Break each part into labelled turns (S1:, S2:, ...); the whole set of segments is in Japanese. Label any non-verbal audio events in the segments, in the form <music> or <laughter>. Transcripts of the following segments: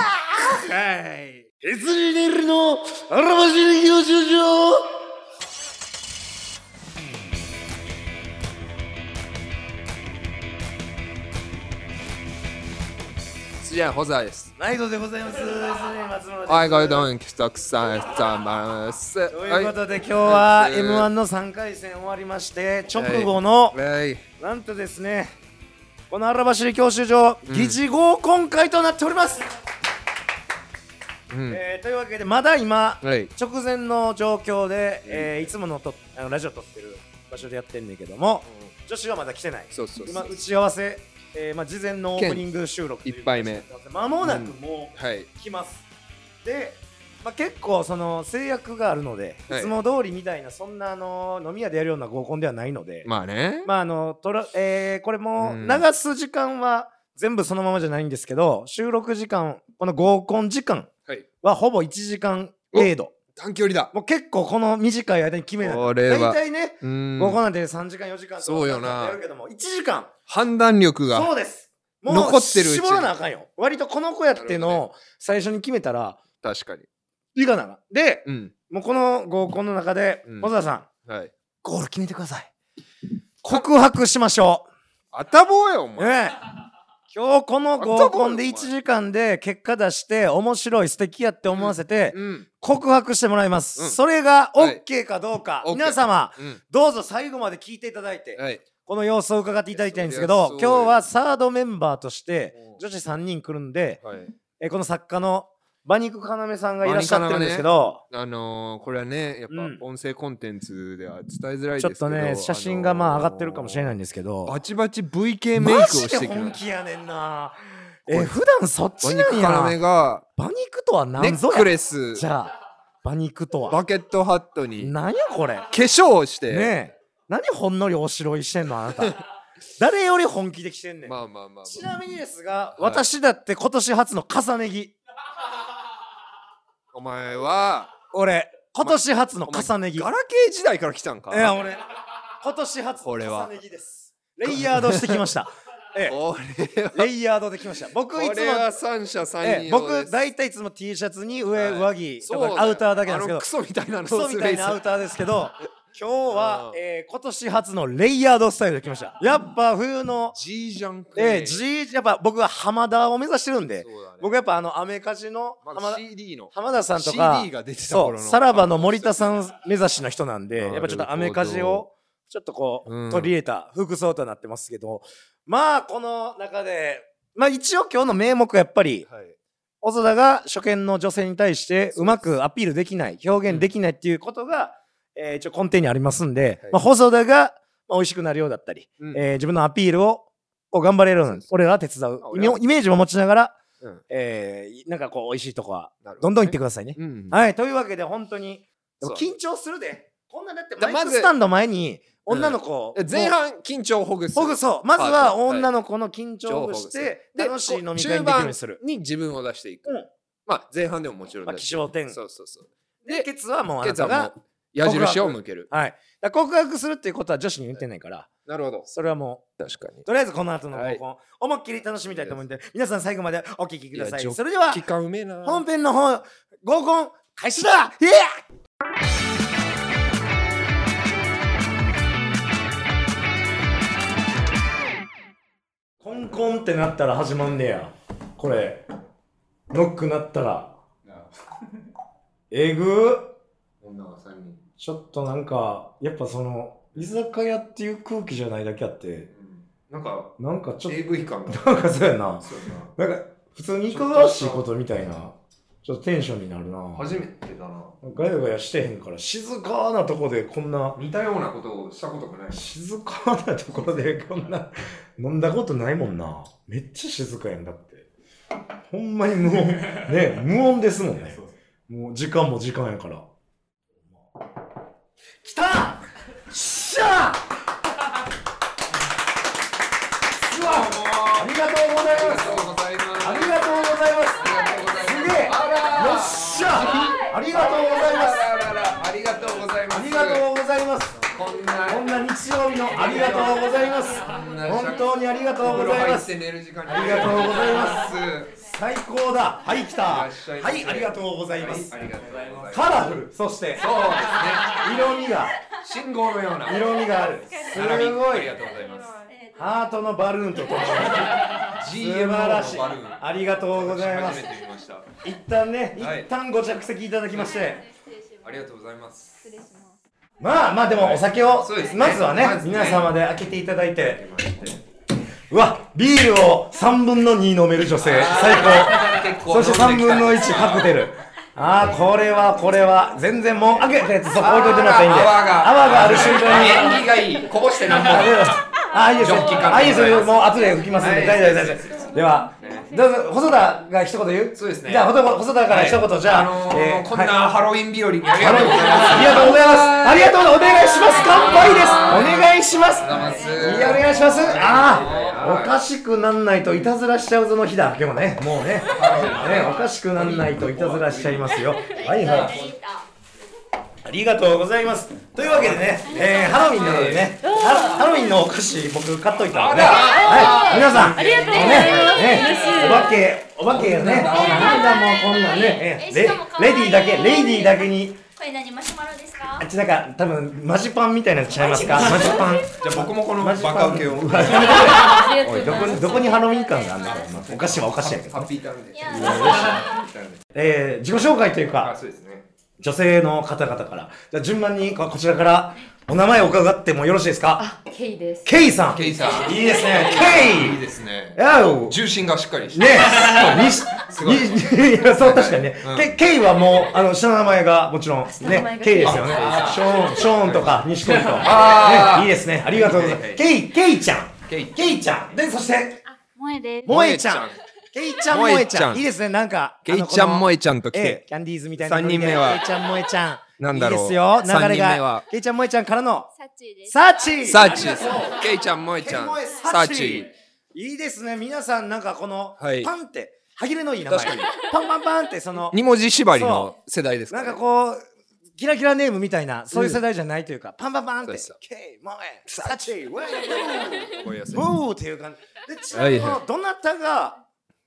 S1: はい。
S2: エスリネルのあらましい領収書
S3: 土屋保沢です。
S1: ライドでございます。すね松村です。
S3: はい、ごどん、きとくさん、ざます。
S1: とい
S3: は
S1: う
S3: い
S1: ことで今日は
S3: えー
S1: M1 の3回戦終わりまして直後の
S3: はい、
S1: なんとですねこの荒走り教習所議事合コン会となっております、
S3: うん、
S1: えーというわけでまだ今
S3: はい、
S1: 直前の状況で、えーいつものとあのラジオ撮ってる場所でやってんねんけども、女子はまだ来てない
S3: そうそうそ
S1: 今
S3: う
S1: 打。ち合わせ、えーまあ、事前のオープニング収録という
S3: 一杯目
S1: まもなくも
S3: はい、
S1: う来ます、で、まあ、結構その制約があるので、
S3: はい
S1: い、つも通りみたいなそんなあの飲み屋でやるような合コンではないので、ま
S3: まあね、
S1: ああのとらえーこれも
S3: うん
S1: 流す時間は全部そのままじゃないんですけど収録時間この合コン時間
S3: はい、
S1: はほぼ1時間程度
S3: 短距離だ。
S1: もう結構この短い間に決めない
S3: これは
S1: 大体ね
S3: うー
S1: 合コン
S3: ん、
S1: なんて3時間4時間とか
S3: そうよな
S1: やるけども1時間
S3: 判断力
S1: そ
S3: が。
S1: うです。
S3: 残ってるうちに
S1: 絞らなあかんよ。割とこの子やっていう
S3: なる
S1: のを最初に決めたら
S3: 確かに。
S1: いいかな。で、
S3: うん、
S1: もうこの合コンの中で
S3: うん、
S1: 小沢さん、
S3: はい。
S1: ゴール決めてください。告白しましょ
S3: あたぼうよ、お
S1: う。
S3: 前。
S1: ねえ。今日この合コンで
S3: あ
S1: 1
S3: ったもんよお前
S1: 時間で結果出して面白い素敵やって思わせて
S3: うん、
S1: 告白してもらいます、
S3: うん
S1: それが
S3: はい
S1: OK かどうか、
S3: OK
S1: 皆様
S3: うん、
S1: どうぞ最後まで聞いていただいて、
S3: はい、
S1: この様子を伺っていただきたいんですけ
S3: いやそ
S1: ど
S3: りゃそうよ
S1: 今日はサードメンバーとして
S3: うん
S1: 女子3人来るんで、
S3: はい。
S1: えーこの作家の馬肉要さんがいらっしゃってるんですけど、
S3: あのー、これはね、やっ
S1: うん
S3: ぱ音声コンテンツでは伝えづら
S1: ち
S3: いですけ
S1: ょ
S3: ど。
S1: っとね写真がまあ上がってるかもしれないん
S3: で
S1: ですけど、
S3: バチバチ VK メイク
S1: マ
S3: を
S1: ジ
S3: して
S1: で
S3: きる
S1: 本。気やねんな
S3: こ
S1: え
S3: れ
S1: 普段そっち
S3: バ
S1: な
S3: ニ
S1: ん
S3: クカラメ
S1: や
S3: が
S1: 馬肉とは
S3: ネ
S1: 何ぞ
S3: ック
S1: や
S3: レス、
S1: じゃあ馬肉とは
S3: バケットハットに
S1: 何やこれ
S3: 化粧をして、
S1: ねえ何ほんのりおしろいしてんのあなた誰より本気で来てんねん、
S3: まあまあまあ、
S1: ち
S3: まあ、
S1: なみにですが、
S3: い
S1: 私だって今年初の重ね着
S3: お前は
S1: 俺今年初の重ね着、
S3: ガラケー時代から来たんか
S1: いや俺今年初の
S3: これは
S1: 重ね着ですレイヤードしてきました
S3: <laughs>
S1: え
S3: これは
S1: えレイヤードできました僕いつ
S3: こ
S1: も
S3: れは三者三
S1: ええ
S3: 様です、
S1: 僕大体いつも T シャツに上、
S3: は
S1: 上着
S3: そ
S1: と
S3: うだよ
S1: かアウターだけなんですけ
S3: あ
S1: ど
S3: のクソみたいなの
S1: クソみたいなアウ
S3: タ
S1: ターですけど <laughs> 今日は
S3: う、ん
S1: えー今年初のレイヤードスタイルできましたやっぱ冬の
S3: G ジャンク
S1: ええ G やっぱ僕は浜田を目指してるんで
S3: そうだね
S1: 僕やっぱあのアメカジの
S3: ま
S1: 浜
S3: だ
S1: 田
S3: CD の
S1: 浜田さんとか
S3: CD が出てた
S1: そ
S3: 頃
S1: う
S3: の
S1: さらばの森田さん目指しの人なんで
S3: なるほど
S1: やっぱちょっとアメカジをちょっとこう、
S3: うん
S1: 取り入れた服装となってますけどまあこの中でまあ一応今日の名目はやっぱり
S3: はい
S1: 小田が初見の女性に対してうまくアピールできない表現できないっていうことが、えー一応根底にありますんで、
S3: はい
S1: まあ、細田が、まあ、美味しくなるようだったり、
S3: うん
S1: えー自分のアピールをこう頑張れるよう
S3: そう
S1: に
S3: そう
S1: 俺らは手伝う
S3: あ
S1: イ
S3: 俺
S1: メ
S3: らは
S1: イメージも持ちながら、
S3: うん
S1: えーなんかこう美味しいとこは
S3: なるほね
S1: どんどん行ってくださいね。
S3: うん
S1: はい、というわけで本当にでも
S3: そう
S1: 緊張するでこんなだって
S3: だ
S1: マイ
S3: ま
S1: ク
S3: ず
S1: スタンド前に女の子を、
S3: 前半緊張をほぐす
S1: ほぐそうまずは
S3: はい
S1: 女の子の緊張をほぐし
S3: 緊張をほ
S1: て楽しい飲み会にできるようにする
S3: こう中盤。に自分を出していく、
S1: うん
S3: まあ前半でももちろん
S1: まあ、
S3: だ
S1: 起
S3: し
S1: 承転
S3: そうそうそう
S1: で、ケツはもうあ
S3: ケ
S1: な
S3: ツ
S1: た
S3: は
S1: が、
S3: もう矢印を向ける
S1: はい。だから告白するっていうことは女子に言ってないから、
S3: なるほど
S1: それはも
S3: 確かに
S1: う、とりあえずこの後の
S3: は
S1: 合
S3: い
S1: コン、思いっきり楽しみたいと思うんで、皆さん最後までお聞きくださ
S3: いや
S1: い。
S3: ちょ
S1: それでは、
S3: 期間うめえな
S1: 本編の方、合コン開始だイエーコンコンってなったら始まんねや。これ、ノックなったら、えぐ
S3: 女は3人
S1: ちょっとなんか、やっぱその、居酒屋っていう空気じゃないだけあって、
S3: なんか
S1: なんかちょっ
S3: AV 感が
S1: と、なんかそうやな。
S3: そう
S1: なんか、普通にいかがわしいことみたいな、ちょっとテンションになるな。
S3: めてだな
S1: ガヤガヤしてへんから、静かなとこでこんな、
S3: 似たようなことをしたことがない
S1: 静かなところでこんな、飲んだことないもんな。めっちゃ静かやんだって。ほんまに無音。ね、無音ですもんね。もう時間も時間やから。来たしゃすわありがとうございます
S3: とうございま
S1: ありがとうございますすげえよっしゃありがとうございます
S3: あららありがとうございま
S1: ありがとうございます
S3: こんな
S1: こんな日曜日のありがとうございます。本当にありがとうございます。
S3: 寝る時間に
S1: ありがとうございます
S3: す。
S1: 最高だ。はい、来た。
S3: いらっしゃいま
S1: は
S3: せ
S1: い、ありがとうございます。
S3: ありがとうございます。
S1: カラフル、そして
S3: そうで
S1: 色味が、
S3: すね。信号のような。
S1: 色味がある。すご
S3: あ
S1: い
S3: り。がとうございま
S4: えーと
S1: ハートのバルーンとと
S3: <laughs>
S1: もに。
S3: す。
S1: 素晴
S3: GM
S1: らしい
S3: のバルーン。。
S1: ありがとうございます
S3: 初。めて見ました。
S1: 一旦ね、
S3: はい
S1: 一旦ご着席いただきまして、
S4: 失礼します
S3: ありがとうございます。
S4: 失礼します
S1: まあまあでもお酒を、
S3: そうですね
S1: まずはね、
S3: まずね
S1: 皆様で開けていただいて、
S3: 結
S1: うわ、ビールを3分の2飲める女性、最高。
S3: 構
S1: そして
S3: 飲ん
S1: 3
S3: できた
S1: 分の1カクテル。ああ、これはこれは、全然もう開けたやつそこ置いといてもらっていいんで、
S3: 泡が
S1: 泡がある瞬間に、
S3: 縁起がいいこぼしてなんぼ
S1: あでもああ、いいですね
S3: ジョッキ。缶
S1: あ、いいですよ。もう後で拭きますん
S3: は
S1: で、
S3: い
S1: 大丈夫です大丈夫です。では、どうぞ、細田が一言言う
S3: そうですね
S1: じゃあ、ほと細田から一言、じゃあ、
S3: あのー
S1: えー
S3: こんな
S1: はい
S3: ハロウィン日和にあり
S1: あ
S3: が
S1: の
S3: とうございます
S1: ありがとうございます。ありがとうお願いします。乾杯です。お願いします。
S3: ありがとうございます
S1: いやお願いします。あ
S3: は
S1: あ、
S3: い
S1: おかしくなんないといたずらしちゃうぞの日だ。今日ね、もうね、ね、おかしくなんないといたずらしちゃいますよ。はいはい。ありがとうございます。というわけでね、えー、ハロウィンなのでね、ハハロウィンのお菓子僕買っといたので、ね、
S3: あら
S1: はい、皆さん、
S5: ありがとうご
S1: ね、
S5: ざいます。
S1: ね、お化け、お化けね、なんだもうこんなんね、えレレディーだけ、レディーだけに。
S4: これ何マシュマロですか
S1: あっちなんか多分マジパンみたいなやつちゃいますかマジパン
S3: じゃあ僕もこの
S1: マ
S3: バ
S1: ジパン
S3: カ受けを
S5: ありがと
S1: お
S5: う
S1: い
S5: ご
S1: ど
S5: ざい
S1: こ
S5: ま
S1: に
S5: す。
S1: どこにハロウィン感があんのお菓子はお菓子やけ
S3: ハ
S1: ど
S3: ッピーターンで
S4: いや
S3: ハッピーターンで
S1: えー、自己紹介という
S3: あ
S1: か
S3: そうですね
S1: 女性の方々からじゃあ順番にここちらからお名前を伺ってもよろしいですか
S5: あ、ケイです。
S1: ケイさん
S3: ケイさん
S1: いいですね
S3: いい
S1: ケ
S3: ですね
S1: イあお
S3: 重心がしっかりして
S1: ね
S3: <laughs>
S1: え、にし、
S3: すごい
S1: に、いやそう、確かにね
S3: うん。
S1: ケケイはもう、あの、下の名前が、もちろん、
S5: 下の名前
S1: ね、
S5: が
S1: ケイですよね
S3: あ。
S1: ショーン、ショーンとか、西込と。
S3: あー
S1: ねいいですね。ありがとうございま
S3: はい
S1: す。
S3: はい
S1: ケイ、ケイちゃん。
S3: ケイ
S1: ケイちゃん。で、そして、
S4: 萌えです
S1: 萌えちゃん。ケイちゃん、
S3: 萌
S1: 萌え
S3: え
S1: ち
S3: ち
S1: ゃ
S3: ゃん
S1: ん。いいですね、なんか。
S3: ケイちゃん萌
S1: え
S3: えちゃんと来
S1: ええ
S3: て、
S1: キャンディーズみたいな。
S3: 三人目は
S1: ケイちゃん、萌えちゃん。
S3: なんだろう
S1: いいですよ、流
S3: 三
S1: れ
S3: 人目
S1: が
S3: は。
S1: ケイちゃん、萌えちゃんからの、
S4: サッチーです
S1: サーチ
S3: サーチ
S1: あり
S3: です
S1: がとう
S3: ケイちゃん萌えちゃん
S1: ケイ萌え
S3: サーチ
S1: いいですね、皆さん、なんかこの、
S3: はい
S1: パンって、歯切れのいい名前。
S3: 確かに
S1: パンパンパンって、その、
S3: 二文字縛りの世代ですか
S1: なん
S3: ね
S1: かこう、キラキラネームみたいな、そういう世代じゃないというか、パンパンパンって
S3: そう、
S1: ケイ、モエ、サチ、ウェイ、ブ
S3: 覚えやすい
S1: ーブーっていう感じ。で、ちなみにこの
S3: は
S1: どなたが、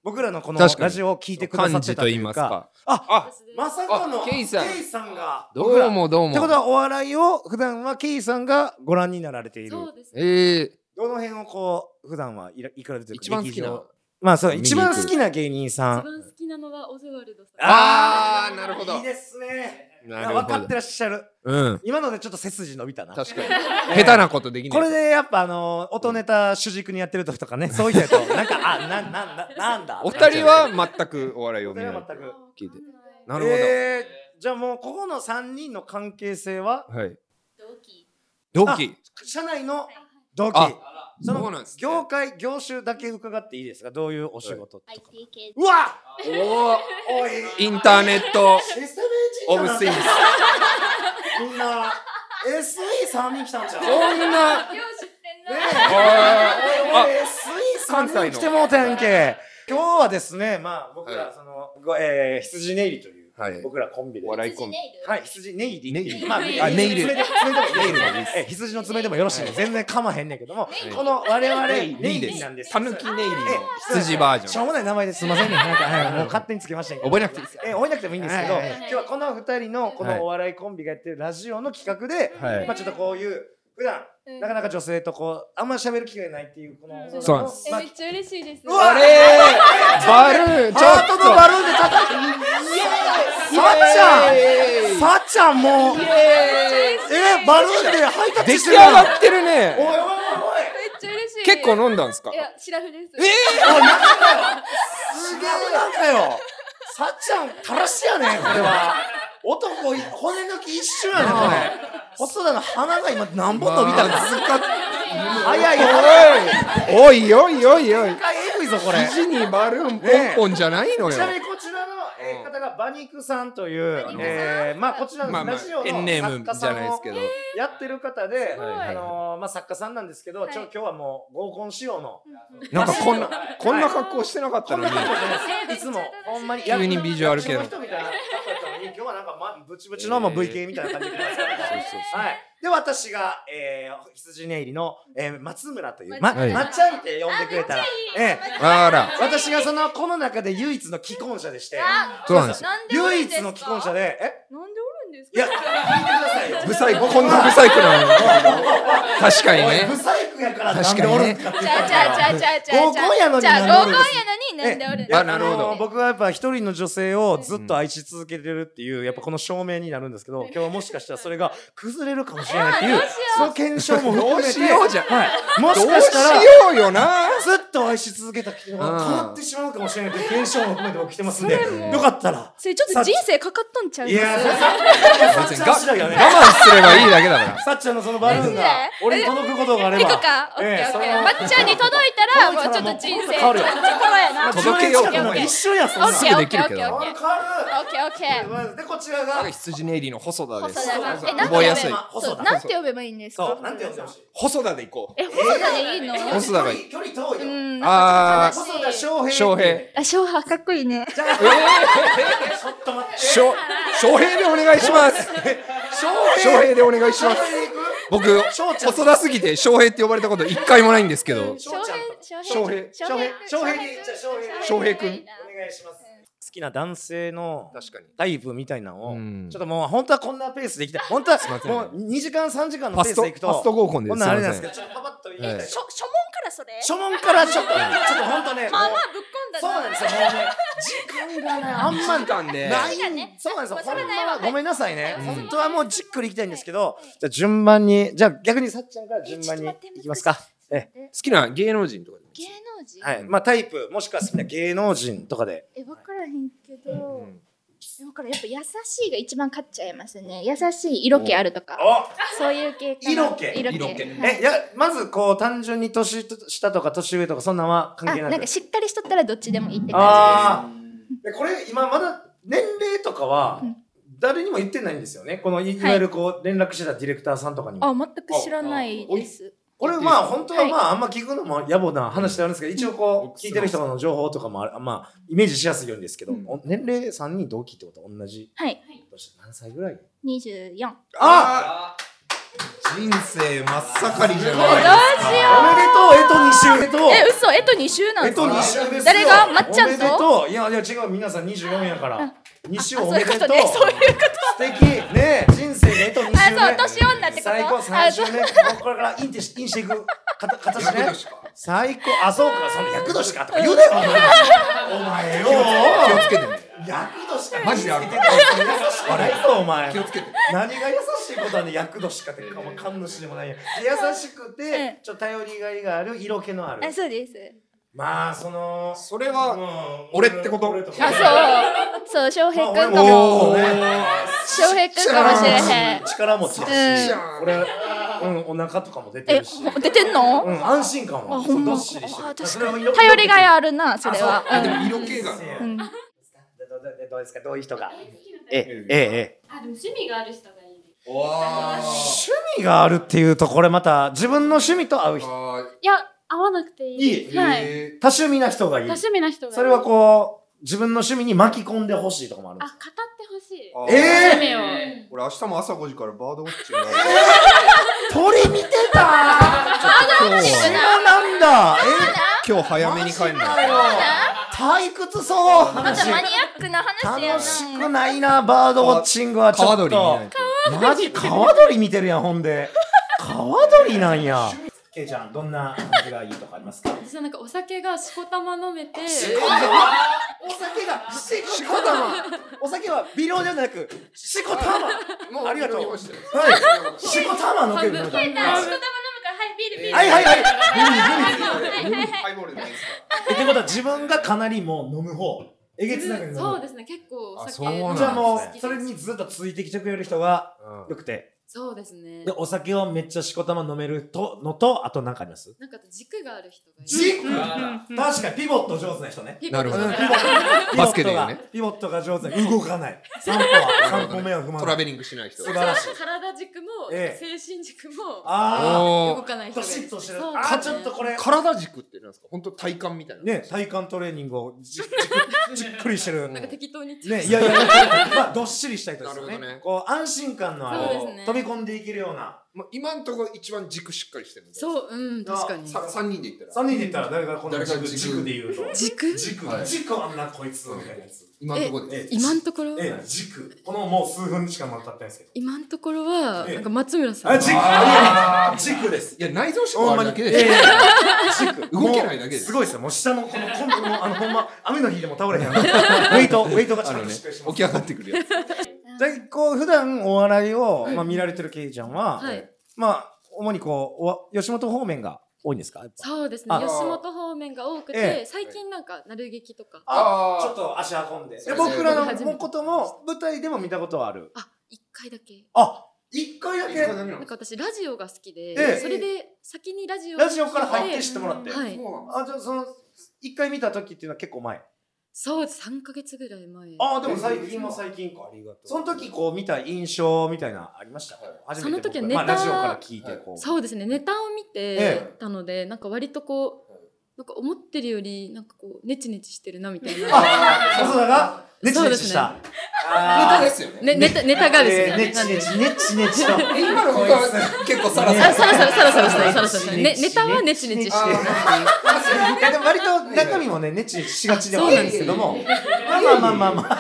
S1: 僕らのこの
S3: 確かに
S1: ラジオを聞いてくださってたというか、あ、
S3: あ
S1: まさかの
S3: あケイさん
S1: ケイさんが、
S3: どうもどう
S1: ってこと
S3: も
S1: はお笑いを普段はケイさんがご覧になられている。
S5: そうです。
S3: えー、
S1: どの辺をこう普段はいらいくらでというか
S3: 一番好きな
S1: 劇場まあそう
S3: 見に行く
S1: 一番好きな芸人さ
S5: 一
S1: ん。
S5: 番好きなのはオズワルドさん。
S3: あーなるほど
S1: いいですね。
S3: な
S1: 分かってらっしゃる。
S3: うん
S1: 今のでちょっと背筋伸びたな。
S3: 確かに下手なことできない
S1: これでやっぱあの音ネタ主軸にやってる時とかねそういうやつをなんかあななんだなんだ。
S3: お二人は全くお笑い
S1: お
S3: を
S1: 二
S3: 見
S1: 人
S3: ない
S1: は全く。
S3: 聞いて
S4: な
S3: なるほど、
S1: えーじゃあもうここの三人の関係性は
S3: はい
S4: 同期
S3: 同期
S1: 社内の
S4: はい
S1: 同期。
S3: あ
S1: そ
S3: そう
S1: の
S3: なんですね
S1: 業界業種だけ伺っていいですかどういうお仕事とか。
S4: IT 系
S1: うわ
S3: おお
S1: おい
S3: インターネット
S1: システ
S3: オ
S1: ムエン
S3: ブ
S1: ジニアなんだ
S3: スインス
S1: みんな SE3 人来たんちゃう
S3: こんな
S4: よう知ってん
S1: ね
S4: な
S1: え、
S3: あ
S1: 俺
S3: 関
S1: SE3
S3: 西
S1: 人
S3: の
S1: 来てもうてんけ今日はですねまあ僕
S3: は
S1: ら
S3: い
S1: その、ごえー、羊ネイリという
S3: はい
S1: 僕らコンビで
S3: お笑い
S4: 羊ネイル
S1: はい、羊ネイリ
S3: ネイリ
S1: まあ、
S4: あ
S1: ネイ
S3: ネイ
S1: リ
S3: リ
S1: 爪で爪でもいい
S3: ネイリでもいいです
S1: え羊の爪でもよろしいの、
S3: はい
S1: 全然かまへんねんけども、
S3: い
S1: この我々ネイ
S3: ネイ
S1: リ
S3: リ
S1: なんです
S3: たぬきネイリの羊
S1: え
S3: バージ
S1: しょ
S3: ョ
S1: う
S3: ン
S1: もない名前ですいませんねなんか、はい、もう勝手につけましたけど
S3: 覚えなくていいですよ
S1: え覚えなくてもいいんですけど、
S3: はいはい
S4: はい
S1: 今日はこの二人のこ
S3: はい
S1: のお笑いコンビがやってるラジオの企画で、
S3: はい
S1: まあちょっとこういう普段
S5: うん
S1: なかなか女性とこうあんまり喋る機会ないっていうこの、
S5: うん
S3: そうなんです
S5: え、
S1: まあ
S5: めっちゃ嬉しいです。
S1: うわ
S3: あれーバルーンちょ
S1: ハート
S3: っ
S1: の
S3: と
S1: バルーンで叩く
S3: イエーイ
S1: さっちゃんさっちゃんもうえバルーンでハイタッ
S3: 出
S1: チ
S3: 来
S1: して
S3: 上
S1: るやん
S3: がってる
S1: おいおいおい
S3: ね
S1: おい
S5: めっちゃ嬉しい。
S3: 結構飲んだんですか
S5: いや、シラフで
S3: え
S5: す。
S1: すげえなんかよさっちゃんたらしやねこれは男い骨抜き一瞬やねこれ細田の鼻が今何本伸びたんですか早い早い
S3: おいおいおいおいおい
S1: えぐいぞこれ
S3: 肘にバルーンポンポンじゃないの
S1: ち
S3: よ
S1: なみにこちらのえー方が馬肉さんという
S4: 馬肉さん
S1: えーまあこちら
S3: ま
S1: の
S3: あま
S1: ラ
S3: あ
S1: ジオの
S3: ペンネー
S1: 作
S3: ム
S1: 家
S3: じ
S1: さ
S3: ゃな
S1: ん
S3: いで
S1: を
S3: すけど
S1: やってる方で
S3: ごい
S1: あのーまあ作家さんなんですけど
S5: はい
S1: ちょ今日はもう合コン仕様の
S3: なんかこんなこんな格好してなかった
S1: こん
S3: の
S1: な
S3: に
S1: 感じですいつもほんまに
S3: 急にビジュアル系
S1: の
S3: の
S1: 人みたいな格好やったのに今日はなんかまブチブチのもう VK みたいな感じで来てますからねはいで、私が、えー、羊寝入りの、えー、松村という、ま、
S5: 松
S3: 村
S1: まっちゃんって呼んでくれたら、え
S3: あら
S1: え、私がその、この中で唯一の既婚者でして、
S5: あ
S3: そうなんですよ
S5: なんでおる
S1: 唯
S5: んです
S1: 一
S5: か
S1: の既婚者で、え
S5: なんでおるんです
S1: いや、
S5: か
S1: 聞いてくださいよ。
S3: ブサイクこんなブサイクなのに <laughs> 確かに
S1: おい
S3: ね
S1: ブサイクやからなん
S3: 確
S1: で
S3: か
S1: お
S3: に
S1: るん
S3: ね
S1: かって
S5: ち
S1: 言った
S5: ゃ
S1: ら
S5: ちゃちゃちゃちゃ
S1: 合コンやのに
S5: じゃ
S1: なん
S5: 合コ
S1: でおる
S5: ン
S1: ん
S5: や
S1: です
S5: のになんでおるんです
S1: え
S5: か
S3: あなるほど
S1: あの僕はやっぱ一人の女性をずっと愛し続けてるっていうやっぱこの証明になるんですけど今日もしかしたらそれが崩れれるかもしれないっていうその検証も含めて
S3: どうしようじゃ
S1: はい、も
S3: ど
S1: し
S3: う
S1: か
S3: し
S1: したら
S3: ようよな
S1: ずっと愛し続けた人が
S3: うん
S1: 変わってしまうかもしれないという検証も含めて僕来てますんで
S5: それも
S1: よかったら
S5: それちょっと人生かかっとんちゃう
S1: いやーさっ
S3: 別
S1: ち
S3: に
S1: ゃ
S3: が
S1: ん次第だね
S3: 我慢すればいいだけだから
S1: さっちゃんのそのバルーンが俺に届くことがあれば
S5: 行くかオッケ
S1: え
S5: ー
S1: え
S5: オ
S1: そ
S5: ッ
S1: の
S5: ケーまっちゃんに届いたらもうちょっと人生
S1: 変わるよ
S5: やなオッ
S3: 届けよう
S1: 10年近くの一緒やそんな
S5: オ
S1: ん
S5: ッ
S3: す
S5: ケ
S3: ぐ
S5: ー
S3: できるけど
S5: オッケーオッケーオッケー
S1: 変わ
S5: ケーオッケー
S1: るでこちらが
S3: 羊ネイリーの細田です
S5: 細田さんえなんて
S3: 覚えやすい
S1: まあ細田
S5: そうなんて呼べばいいんですか
S1: そうなんて呼んでほしい
S3: 細田でいこ
S5: え細田でいいの
S1: え
S3: 細田がいい
S1: 距離距離
S5: う
S1: 遠いよ
S5: ん
S3: あー
S1: 細田翔平
S3: う翔平
S5: あ昭和かっこいいね
S1: じゃあちょっと待って
S3: しょ翔平でお願いします
S1: 翔
S3: 翔平でお願いし
S1: 翔
S3: ま
S1: 平
S3: す
S1: でいく
S3: 僕
S1: 翔ちゃん
S3: 細田すぎて翔平って呼ばれたこと一回もないんですけど
S1: 翔ちゃんと
S5: 翔
S3: 翔平
S5: 翔平
S1: 翔平でじゃあ翔平
S3: 翔平くん
S1: お願いします好きな男性の
S3: 確かに
S1: タイプみたいなのを、
S3: うん
S1: ちょっともう本当はこんなペースでい <laughs> きたい本当は
S3: ません
S1: もう2時間3時間の
S3: ファ
S1: ペー
S3: ス
S1: ス
S3: ト
S1: でい
S3: ファ
S1: くと
S3: スト合コンです
S1: こん
S3: す
S1: なんあれなんで
S3: い
S1: す
S3: ま
S1: け
S3: せ
S1: どちょっとパパッと言い
S3: は
S1: た
S3: い
S1: い
S6: しょ初門からそれ
S1: 初門からちょっとちょっと本当ね
S6: まあ
S1: も
S6: ま
S1: う
S6: あぶっ
S1: そ
S6: 込
S1: う
S6: だ
S1: んなん
S6: な
S1: ですよもうね時間が <laughs> ねあんま
S3: んたんで
S1: ない
S6: だね
S1: そうなんですよ
S6: まあそれ
S1: 本当
S6: ないわ
S1: はごめんなさいね
S3: うん
S1: 本当はもうじっくりいきたいんですけどじゃあ順番にじゃあ逆にさっちゃんから順番にいきますか
S3: 好きな芸能人とかでもいい
S5: 芸能人
S1: はいまあタイプもしくは好きな芸能人とかで
S5: え分からへんけど、
S3: うん
S5: だからやっぱ優しいが一番勝っちゃいますね優しい色気あるとか
S1: お
S5: そういう系かな
S1: 色気
S5: 色気
S3: 色気
S5: はい
S1: えいやまずこう単純に年下とか年上とかそんなんは関
S5: あ
S1: 係な
S5: なん
S1: く
S5: かしっかりしとったらどっちでもいいって感
S1: ああーでこれ今まだ年齢とかは
S5: うん
S1: 誰にも言ってないんですよねこのいい
S5: はい
S1: わゆるこう連絡してたディレクターさんとかに
S5: じ
S1: も
S5: ですあ全く知らないです
S1: これまあ本当は
S5: はい
S1: まああんま聞くのも野暮な話ではあるんですけど一応こう聞いてる人の情報とかもあるまあイメージしやすいようにですけど
S5: うん
S1: お年齢3人同期ってことは同じ
S5: はい
S1: 年何歳ぐらい
S5: 24
S1: あ
S3: 人生真っ盛りじゃ
S1: どう
S3: ない
S1: おめでとうえと2週
S5: え
S1: え
S5: 嘘えと2週なん
S1: とえ
S5: ですか
S1: と2週ですよ
S5: 誰がまっちゃ
S1: おめ
S5: んと
S1: でとういやいや違う皆さん24やから2週
S5: あ
S1: お
S5: そう
S1: め
S5: い
S1: で
S5: う
S1: と
S5: こ
S1: う
S5: とねそういうこと
S1: 素敵ねえ人生でえと2週
S5: あ
S1: 目
S5: そう年女ってこと
S1: 最高
S5: あ
S1: 三
S5: そう
S1: 周目もうこれからインてしインしていくかた形ね
S3: しか
S1: 最高あそうかその厄年かとか言うなよお前お前よ
S3: 気をつけてね
S1: 厄年か
S3: マジである
S1: 気をつけて優しくないぞお前
S3: 気をつけて
S1: 何が優しいことはね厄年かってかも神主でもないや優しくてちょっと頼りがいがある色気のある
S5: あそうです
S1: まあその
S3: それは
S1: うん
S3: 俺ってこと
S1: 俺とか
S5: あそうそう翔平くんかも
S1: おー
S5: 翔平くんかもしれへん
S1: 力持ちだし、
S3: うん
S1: 俺、うん、お腹とかも出て
S5: え
S1: るし、
S5: ほ出てんの
S1: うん、安心感は
S5: あほんま
S1: どっしりして
S5: あ
S1: る。
S5: 確
S1: かに
S5: 頼りがいあるなそれは
S1: あ
S3: でも色気が
S5: うんうん
S1: どどどどうですかどういう人がええええ
S7: あ、でも趣味がある人がいいです。
S3: おー
S1: 趣味があるっていうとこれまた自分の趣味と合う人
S3: あ
S7: いや、合わなくていい。
S1: い
S3: ー
S7: はい。
S3: へ
S1: 多趣味な人がいい
S7: 多趣味な人がいい。
S1: それはこう自分の趣味に巻き込んでほしいとかもあるん
S7: あ、
S1: で
S7: 語
S1: す
S7: ってほしい。
S3: ー
S1: ええ
S7: 趣味を。
S3: 俺明日も朝5時からバードウォ
S1: <laughs>
S3: ッチング
S1: 鳥見てた
S3: 今
S1: 島なんだ
S3: 日今日早めに帰ん
S1: え
S3: ない
S1: だよ退屈そう
S5: また
S1: 話
S5: マニアックな話や
S1: 楽しく
S5: な
S1: ないなバードウォッチングはちょっ
S3: 川
S1: と
S3: 鳥にないと
S1: マジ川鳥見てるやんほんで川鳥なんやけいちゃんどんな味がいいとかありますか
S7: 私はなんかお酒がしこたま飲めて、
S1: お酒がしこたまお酒は微量じゃなくしこたま
S3: もう
S1: ありがとう
S3: 濁してる
S1: はいしこたまのけるのだ
S7: 半分
S1: は
S7: あ
S1: い
S7: しこたま飲むから、はい、ビール、ビール。
S1: はいはい
S3: ハイボールでもいいですか
S1: えってことは自分がかなりもう飲む方えげつなく飲む
S7: そうですね、結構お
S3: あ
S7: 酒。
S3: そうなんだ
S1: じゃあもうそれにずっとついてきてくれる人がよくて
S7: そうですね
S1: で。お酒をめっちゃしこたま飲めるとのとあと何かあります
S7: なんか軸がある人がいい。
S1: 軸確かにピボット上手な人ね
S7: 結構
S3: なるほど
S1: ピボット
S3: バスケで言うね
S1: ピボットが上手な動かない散歩は散歩目を踏まな
S3: トラ
S1: い
S3: ベリングしない人
S1: 素晴らしい
S7: 体軸も、
S1: ええ
S7: 精神軸も、
S1: あ
S3: お
S7: 動かない人
S1: ド
S7: がい
S1: シ
S7: る
S1: ッとしてる。
S7: そう
S1: あ
S7: ですね
S1: ー、ちょっとこれ。
S3: 体軸ってなんですか本当体幹みたいな。
S1: ね、体幹トレーニングをじっじっじっくりしてる。
S7: なんか適当に
S3: <laughs>
S1: ね、いやいや、まあ、どっしりしたいとですよ
S3: なるほど
S1: ね
S3: ね。
S1: こう、安心感のあ
S7: そう
S1: る
S7: です、ね
S1: 飛び込んでいけるような。
S3: まあ、今のところ一番軸しっかりしてるんで。
S7: そううん確かに
S3: さ三人で言った
S1: 3
S3: ら。
S1: 人で言ったら誰がこの
S3: 誰が
S1: 軸
S3: <laughs> 軸
S1: 軸で言うと。
S7: 軸
S1: 軸
S3: は、い
S1: 軸あんなこいつみたいなやつ。
S3: 今のところ
S1: え
S3: で。
S7: 今のところ
S1: ええ、軸。このもう数分しかも経ってないですけど。
S7: 今のところは
S1: ええ
S7: なんか松村さん
S1: あ、軸あ <laughs> 軸です。
S3: いや内臓脂
S1: ほ
S3: 肪
S1: ん
S3: あ
S1: ま
S3: る
S1: に
S3: だけ
S1: え
S3: で。
S1: え
S3: 動けないだけです
S1: すごいですよ。もう下のこのコンボのあのほんま雨の日でも
S3: <laughs>
S1: 倒れへん。ウェイトウェイトが
S3: あ
S1: ちゃん
S3: の
S1: と
S3: ね
S1: しっかりして
S3: 起
S1: ま
S3: き
S1: す
S3: 上がってくるやつ。
S1: でこう普段お笑いをまあ見られてるケイちゃんは、
S7: はい
S1: まあ主にこうおわ吉本方面が多いんですか。やっぱ
S7: そうです
S1: あ
S7: ね吉本方面が多く
S1: え
S7: て最近なんかなる劇とか
S1: あ
S3: あー
S1: ちょっと足運んで。で
S3: そうですね
S1: 僕らのもことも舞台でも見たことはある。
S7: あ一回だけ
S1: あ一回だけ
S7: なんか私ラジオが好きで、
S1: ええ
S7: それで先にラジオ
S1: ラジオから入って知ってもらって。
S7: はい
S1: あじゃあその一回見た時っていうのは結構前。
S7: そうです3か月ぐらい前
S1: あでも最近は最近か。
S3: ありがと
S1: その時こう見た印象みたいなありました。初めて僕
S7: その時はネタ
S1: まあ、ラジオから聞いてこう。
S7: そうですねネタを見
S1: え
S7: てたので、なんか割とこうなんか思ってるよりなんかこうネチネチしてるなみたいな、
S1: あ細田がネチ
S7: そう
S1: ネ
S7: で
S1: チし
S7: すね
S1: た。
S3: ネ
S1: あ
S3: タ
S1: ー
S3: ですよね。
S7: ね、ネタネタがです
S1: え
S7: ね、
S1: ーネチネチネチネチと。
S3: 今の僕は結構さらさ
S7: あ
S3: ら。
S7: サラサラサラサラサラサラサラ、ね、ネタはネチネチしてる
S1: いやでも割と中身もね、ネチネチしがちではあるんですけども。まあまあまあまあまあ。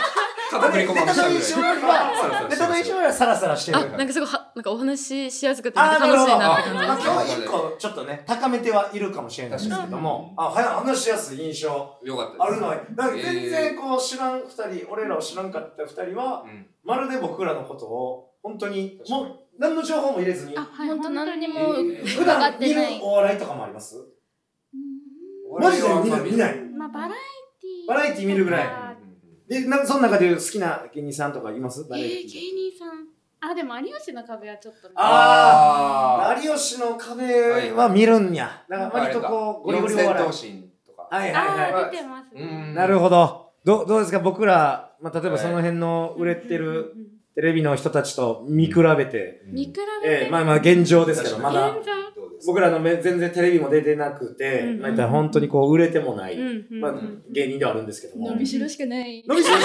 S3: 片
S1: ネ
S3: 栗粉まぶ
S1: タ
S3: した
S1: の
S3: ぐ
S1: 印象
S3: らい。
S1: よりは、ネタの印象よりはサラサラしてる。
S7: あなんかすごいはなんかお話ししやすくて
S1: あ
S7: な
S1: あ、
S7: んか
S1: なる
S7: 楽
S1: ほ
S7: し
S1: ど。
S7: い
S1: ま
S7: なっ
S1: あ
S7: て感じです
S1: 今日一個ちょっとね、高めてはいるかもしれないですけども、あ、はや話しやすい印象
S3: よかった
S1: あ
S3: で
S1: る
S3: す
S1: のは、なんか全然こう知らん二人、俺らを知らんかった二人は、
S3: うん
S1: まるで僕らのことを、本当に、
S3: 確かに
S1: もう、何の情報も入れずに、
S4: あ、はい、
S5: 本当
S4: 本当
S5: 何
S4: にもう、
S1: 普
S4: わ
S1: 段
S4: か
S1: 見
S4: って
S1: る
S4: ない。
S1: お笑いとかもあります
S3: うん
S1: マジで見ない見ない
S4: まあ、バラエティー。
S1: バラエティー見るぐらい
S4: あ
S1: で、なその中で好きな芸人さんとかいます
S4: ー
S1: バラエテ
S4: え
S1: ィ
S4: ー、
S1: ー
S4: 芸
S1: で
S4: 人さん。あ、でも有吉の壁はちょっと見た。
S1: あ
S3: あ
S1: 有吉の壁は見るんや。だから
S3: あ
S1: 割
S3: れ
S1: と
S3: だ
S1: こう、ゴリ
S3: 四
S1: ゴリお
S3: 千
S1: 笑い
S3: 頭。身とか。
S1: はいはいは
S4: あ
S1: い。
S4: ー、出てますね。
S3: うん
S1: なるほど。どうどうですか僕ら、まあ、例えばその辺の
S4: うん
S1: 売れてる
S4: うんうんうん
S1: テレビの人たちと見比べて、
S4: 見比べて。
S1: ええまあまあ現状ですけど、まだ
S4: 現状。
S3: どうです
S1: 僕らのめ全然テレビも出てなくて、
S4: うん
S1: まあ言ったら本当にこう売れてもない、
S4: うんうん
S1: まあ
S4: うん、
S1: 芸人ではあるんですけども。
S7: 伸びしろしかない
S1: 伸びしろ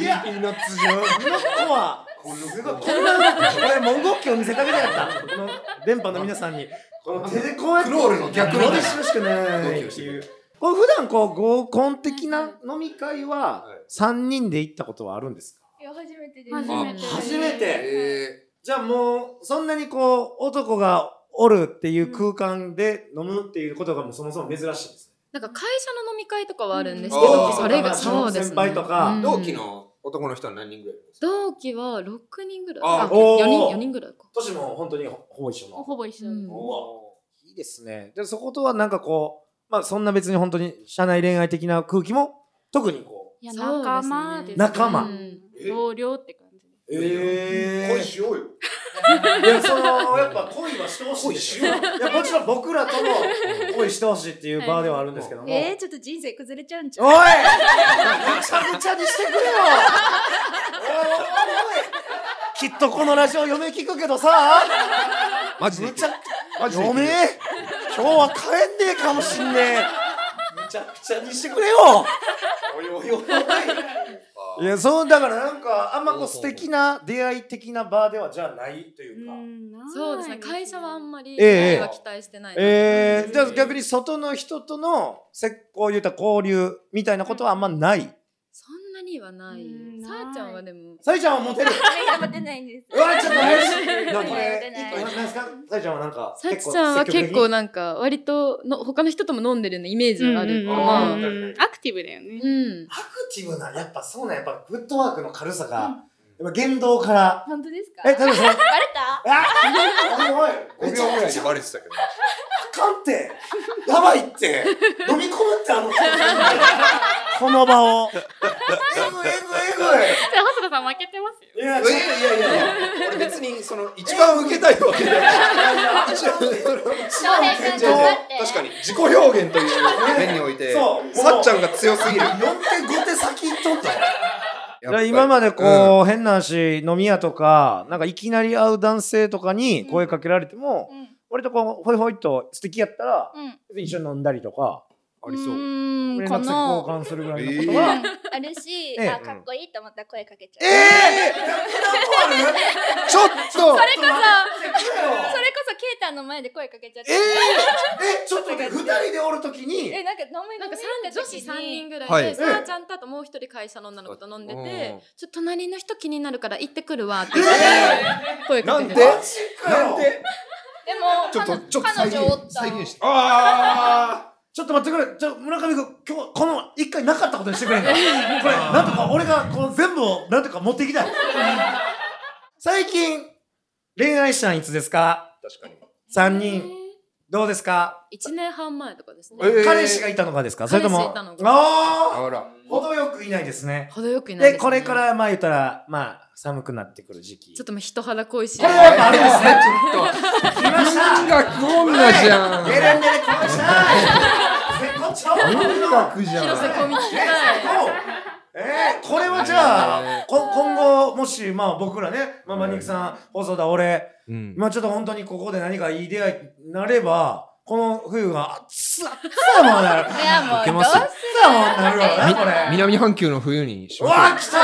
S1: いや、
S3: ピーナッツ状。
S1: この子は、
S3: この
S1: すごい、こんな、これ、もう動きを見せてあげたかった。この、電波の皆さんに、この手でこうやって、
S3: クロールの逆みたい
S1: 伸
S3: な
S1: びしろしかない
S3: 動
S1: っ
S3: きをしてて
S1: い
S3: く
S1: う
S3: れ。
S1: こう普段こう合コン的な飲み会は
S3: はい
S1: 三人で行ったことはあるんですか。
S5: いや初めてです
S4: 初めて。
S1: 初めて
S3: え
S1: じゃあもうそんなにこう男がおるっていう空間で飲むっていうことがもうそもそも珍しいです。
S7: なんか会社の飲み会とかはあるんです
S3: う
S7: け
S3: ん
S7: ど、
S3: 同期とか
S7: それ
S1: まあ
S7: がそうです
S1: 先
S7: ね
S1: 輩とか
S7: う
S3: ー
S7: ん
S3: 同期の男の人は何人ぐらいいるんですか。
S7: 同期は六人ぐらい
S3: あ
S7: あ
S1: おー
S7: 四人四人ぐらいか
S1: 年も本当にほほぼ一緒の。
S4: ほぼ一緒。
S7: うん
S1: いいですね。でそことはなんかこうまあそんな別に本当に社内恋愛的な空気も特にこ
S4: いや、
S7: そうですね
S4: 仲間ですね。
S1: 仲間
S4: うん同僚って感じ。
S1: う。
S3: え
S1: え
S3: 恋しようよ。
S1: いやそのやっぱ恋はしてほしいですよ。いやもちろん僕らとも恋してほしいっていう場ではあるんですけども。
S5: えー、ちょっと人生崩れちゃうんちゃう
S1: おいぐちゃぐちゃにしてくれよおいおいおいきっとこのラジオ嫁聞くけどさ
S3: マジ
S1: むちゃ
S3: マジで
S1: 嫁今日は帰んねえかもしんねえむちゃくちゃにしてくれよ
S3: <laughs>
S1: おいおいおいいやそうだからなんかあんまこう素敵な出会い的な場ではじゃあないというか、
S7: そうですね会社はあん
S4: ま
S7: まり
S1: ええ
S7: 会は期待してないです
S1: えー、じゃあ逆に外の人とのせこう言った交流みたいなことはあんまない
S7: そんなにはない
S4: うん
S7: さあちゃんはでも
S1: さゆちゃんはモテる
S5: 頑張ってないんです
S1: うわちょっと怪しい
S5: な
S1: なんか
S5: んか
S1: こ
S5: こ
S1: れ
S5: れ、
S1: 一個なんですかさやちゃんはなんか、
S7: さちゃんは結構なんか割との他の人とも飲んでるようなイメージがあるか
S3: うん
S7: ら
S3: うん
S4: アクティブだよね。
S7: うん
S1: アクティブな、やっぱそうなん、やっぱフットワークの軽さが、やっぱ言動から。
S5: 本当ですか
S1: え、ただその、あ
S5: バレた
S1: おいお
S3: 五
S1: い、め
S3: 秒ぐ
S1: ちゃ
S3: ら
S1: く
S3: い
S1: ち
S3: で
S1: ゃ
S3: バレてたけど。
S1: あかんって、やばいって、飲み込むってあの、この場を。えぐえ
S4: 細田さん負けてますよ。
S1: ぐえぐい。いや、ちょ
S3: い
S1: っと
S3: やいやいやいや。俺別にその一番受けたいわけじゃない。一番受けたい
S5: 翔平
S3: 全
S5: 君
S3: 然
S5: 頑張って
S3: 確かに自己表現という面において、
S1: そう
S3: さっちゃんが強すぎる。
S1: 4.5手先行っとったよ。
S3: やっ
S1: だか
S3: ぱ
S1: ら
S3: り
S1: 今までこう、変な話飲み屋とかなんかいきなり会う男性とかに声かけられても、
S5: うん
S1: 割とこうホイホイと素敵やったら
S5: うん。
S1: 別に一緒に飲んだりとか
S3: ありそうう。
S5: ーん
S1: 連絡
S5: か
S1: 先交
S5: な。
S1: 換するぐらいの
S5: う
S1: こ
S5: ん
S1: とは、
S5: あるし、
S1: ええ
S5: あかっこいいと思ったら声かけちゃう。
S3: ええちょっと
S5: それこそ、それこそケイタの前で声かけちゃって。
S3: えええちょっと待って二人でおるときに
S5: え、なんか飲み
S7: なんかさん女子三人ぐら
S3: はいい
S7: で、さあちゃんとあともう一人会社の女の子と飲んで
S3: うん
S7: て、ちょっと隣の人気になるから行ってくるわって言って声か
S3: な
S7: け
S3: ん
S7: て
S3: で
S7: た
S3: なんで
S5: でも、
S3: ちょっと
S5: 彼女
S3: ちょっと
S5: 彼
S3: 再
S5: 女おっ
S3: 現
S5: た
S3: 再現してあ
S1: ちょっと待ってくれちょ村上君今日この一回なかったことにしてく
S7: <laughs>
S1: れんかこれなんとか俺がこの全部をなんとか持っていきたい最近恋愛したんいつですか
S3: あ確かに
S1: 三人どうですか、
S7: 一年半前とかですね。
S3: えー
S1: 彼氏がいたのかですかそれとも
S7: 彼氏いたのか
S1: あ
S3: あら
S1: あ程よくいないですね
S7: 程よくいない
S1: で
S7: ですね
S1: これからまあ言ったらまあ寒くなってくる時期
S7: ちょっともう人肌恋しい。
S1: これはやっぱあれですねちょっ
S3: <laughs>
S1: と来ました
S3: 音楽女じゃん
S1: ゲレンデで来ま
S7: <laughs>
S1: した絶好調
S3: 音楽じゃん
S7: 広瀬香美聞きたい。
S1: えー、これはじゃあ、こ今後、もし、まあ僕らね、まあ、マニクさん、細田、俺、
S3: うん
S1: まあちょっと本当にここで何かいい出会いになれば、この冬が熱々だもんなる。
S5: いや、もう、
S3: いけ
S5: ど
S3: ま
S5: う
S3: す
S5: す
S3: よ
S1: 熱々だもんなるわな、これ。
S3: 南半球の冬にし
S1: う
S3: ましょ
S1: わ来たオースト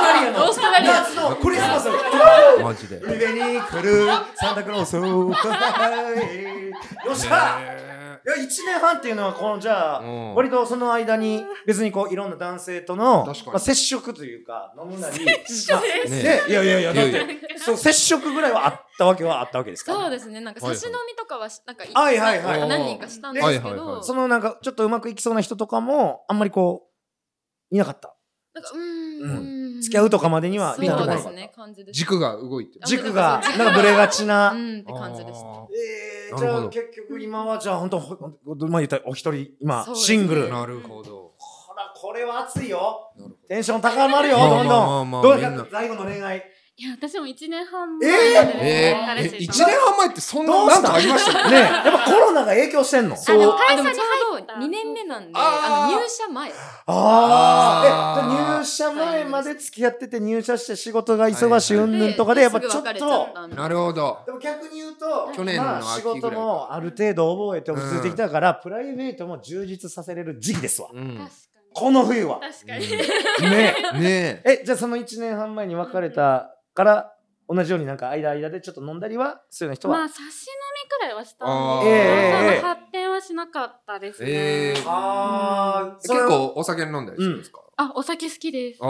S1: ラリアの
S7: オーストラリア
S1: 夏のクリスマス
S3: うマジでね
S1: 上に来るサンタクロースはいよっしゃ
S3: え
S1: いや1年半っていうのはこのじゃあ
S3: うん
S1: 割とその間に別にこういろんな男性との
S3: 確かに
S1: まあ接触というか飲むなりまあねいやいやいや
S3: いや
S1: だっ
S3: いや
S1: てそう接触ぐらいはあったわけはあったわけですか
S7: そう
S1: ら
S7: ですね、なんか
S3: はいは
S7: 差
S3: い
S7: し飲みとかはし、なんか、
S1: はいはいはい
S7: なんか何人かしたんですけど、
S3: はいはいはい
S1: そのなんかちょっとうまくいきそうな人とかもあんまりこういなかった
S7: なんか、うーん。
S1: 付き合うとかまでには
S7: そう
S1: いなか
S3: と
S1: っ
S3: こ
S1: た
S3: ろ
S7: で
S3: が
S7: すね、感じで。
S3: 軸が動いてる
S1: 軸がなんかブレがちな
S7: うんって感じでした。
S1: えー、
S3: な
S1: じ
S3: るほ
S1: ゃあ
S3: ど
S1: 結局今はじゃあ本当ほほどまあ言ったらお一人今、
S7: そうです
S1: シングル
S3: あー
S1: ほ
S3: なるほど
S1: らこれは熱いよ
S3: なるほ
S1: テンション高まるよ
S3: まあ
S1: どん
S3: まあま
S1: ど
S3: あま
S1: ん
S3: あ
S1: どう
S3: みん
S1: や
S3: な
S1: った最後の恋愛
S4: いや、私も一年半
S1: えー
S4: 前
S3: ど
S4: までです
S3: え
S4: ね
S3: ー
S4: 彼
S3: え
S4: 氏い
S3: 一
S4: た
S3: 年半前ってそんな
S1: どう
S3: な
S1: し
S3: ん
S1: た
S3: かありましたよ
S1: ねえやっぱコロナが影響してんの
S5: あの
S7: あ
S5: 会社
S7: でも
S5: に
S7: ちょうど2年目なんで、
S3: あ
S7: あ
S3: ー
S7: の入社前。
S1: あーえじゃあ
S3: あー
S1: 入社前まで付き合ってて入社して仕事が忙しいうんぬんとかでやっぱちょっと
S7: すぐ別れちゃったんで
S3: なるほど
S1: でも逆に言うと
S3: 去年の
S1: まあ
S3: 秋
S1: 仕
S3: ぐらいか
S1: 事もある程度覚えて落ち着いてきたから、プライベートも充実させれる時期ですわ
S3: うんね
S4: 確かに。
S1: この冬は
S4: 確かに。
S1: ね
S3: え
S1: えじゃあその1年半前に別れたから同じようになんか間間でちょっと飲んだりはそういうような人は、
S4: まあ、差し飲みくらいはした
S3: あ
S4: ん
S3: ー
S4: で、
S1: ええええ
S4: そんな発展はしなかったです
S3: え
S4: ね。
S3: ー
S1: あーそれ
S3: 結
S1: は
S3: 構お酒飲んだりするんですか
S4: あ、お酒好きです。
S3: あ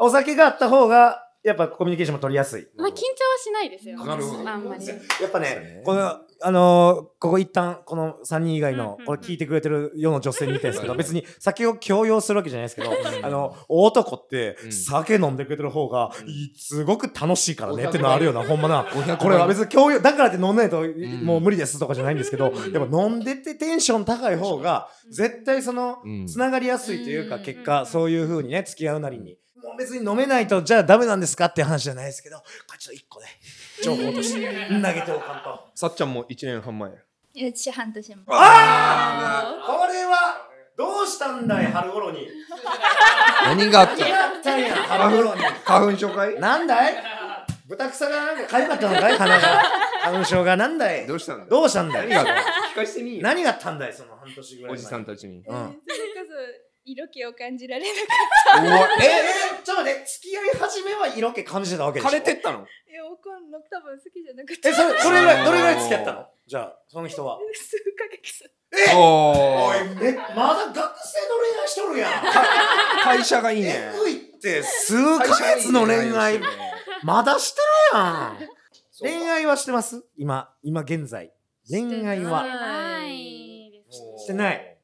S1: お酒があった方がやっぱコミュニケーションも取りやすい
S4: まあ、緊張はしないですよ。
S3: なるほど
S4: あんまり。
S1: やっぱ
S3: そう
S1: ね
S3: ね
S1: このあのーここ一旦この3人以外
S4: うんう
S1: の
S4: んうん
S1: これ聞いてくれてる世の女性に言いたいんですけど
S3: うん
S1: 別に酒を強要するわけじゃないですけど
S3: ん
S1: あの男って
S3: うん
S1: 酒飲んでくれてる方が
S3: うん
S1: いすごく楽しいからねってのあるよなほんまな。
S3: あ
S1: これは別に強要だからって飲んないと
S3: ん
S1: もう無理ですとかじゃないんですけど、
S4: うん
S1: やっぱ飲んでてテンション高い方が絶対その
S3: うん
S1: つながりやすいというか
S7: うん
S1: 結果そういう風にね付き合うなりにもう別に飲めないとじゃあダメなんですかって話じゃないですけどこれちょっと一個
S3: <laughs>
S1: ね情報として投げておかんと
S3: さっちゃんも1年半前
S5: いや、私半年も。
S1: ああこれはどうしたんだい春頃に
S3: 何があった
S1: やったんや春頃に
S3: 花粉症かい
S1: なんだい豚草がなんかかゆかったのかい鼻が花粉症がなんだい
S3: どうしたんだ
S1: どうしたんだ
S3: 何
S1: い
S3: があった聞かしてみよ
S1: 何があったんだいその半年ぐらい前
S3: おじさんたちに
S1: う
S5: そ
S1: ん
S5: れこそ、色気を感じられなく
S3: うわ
S1: ええちょっとね付き合い始めは色気感じてたわけでしょ
S3: 枯れてったの
S5: て、いや、わかんなく、多分好きじゃなくて。
S1: えそれそれぐらいどれぐらい付き合ったのじゃあその人は
S5: 数ヶ月。
S3: おー
S1: えまだ学生の恋愛しとるやん
S3: 会社がいいね
S1: えぐいって数ヶ月の恋愛まだしてるやん <laughs> 恋愛はしてます今今現在恋愛
S7: して
S1: は
S4: ないですね。
S1: してない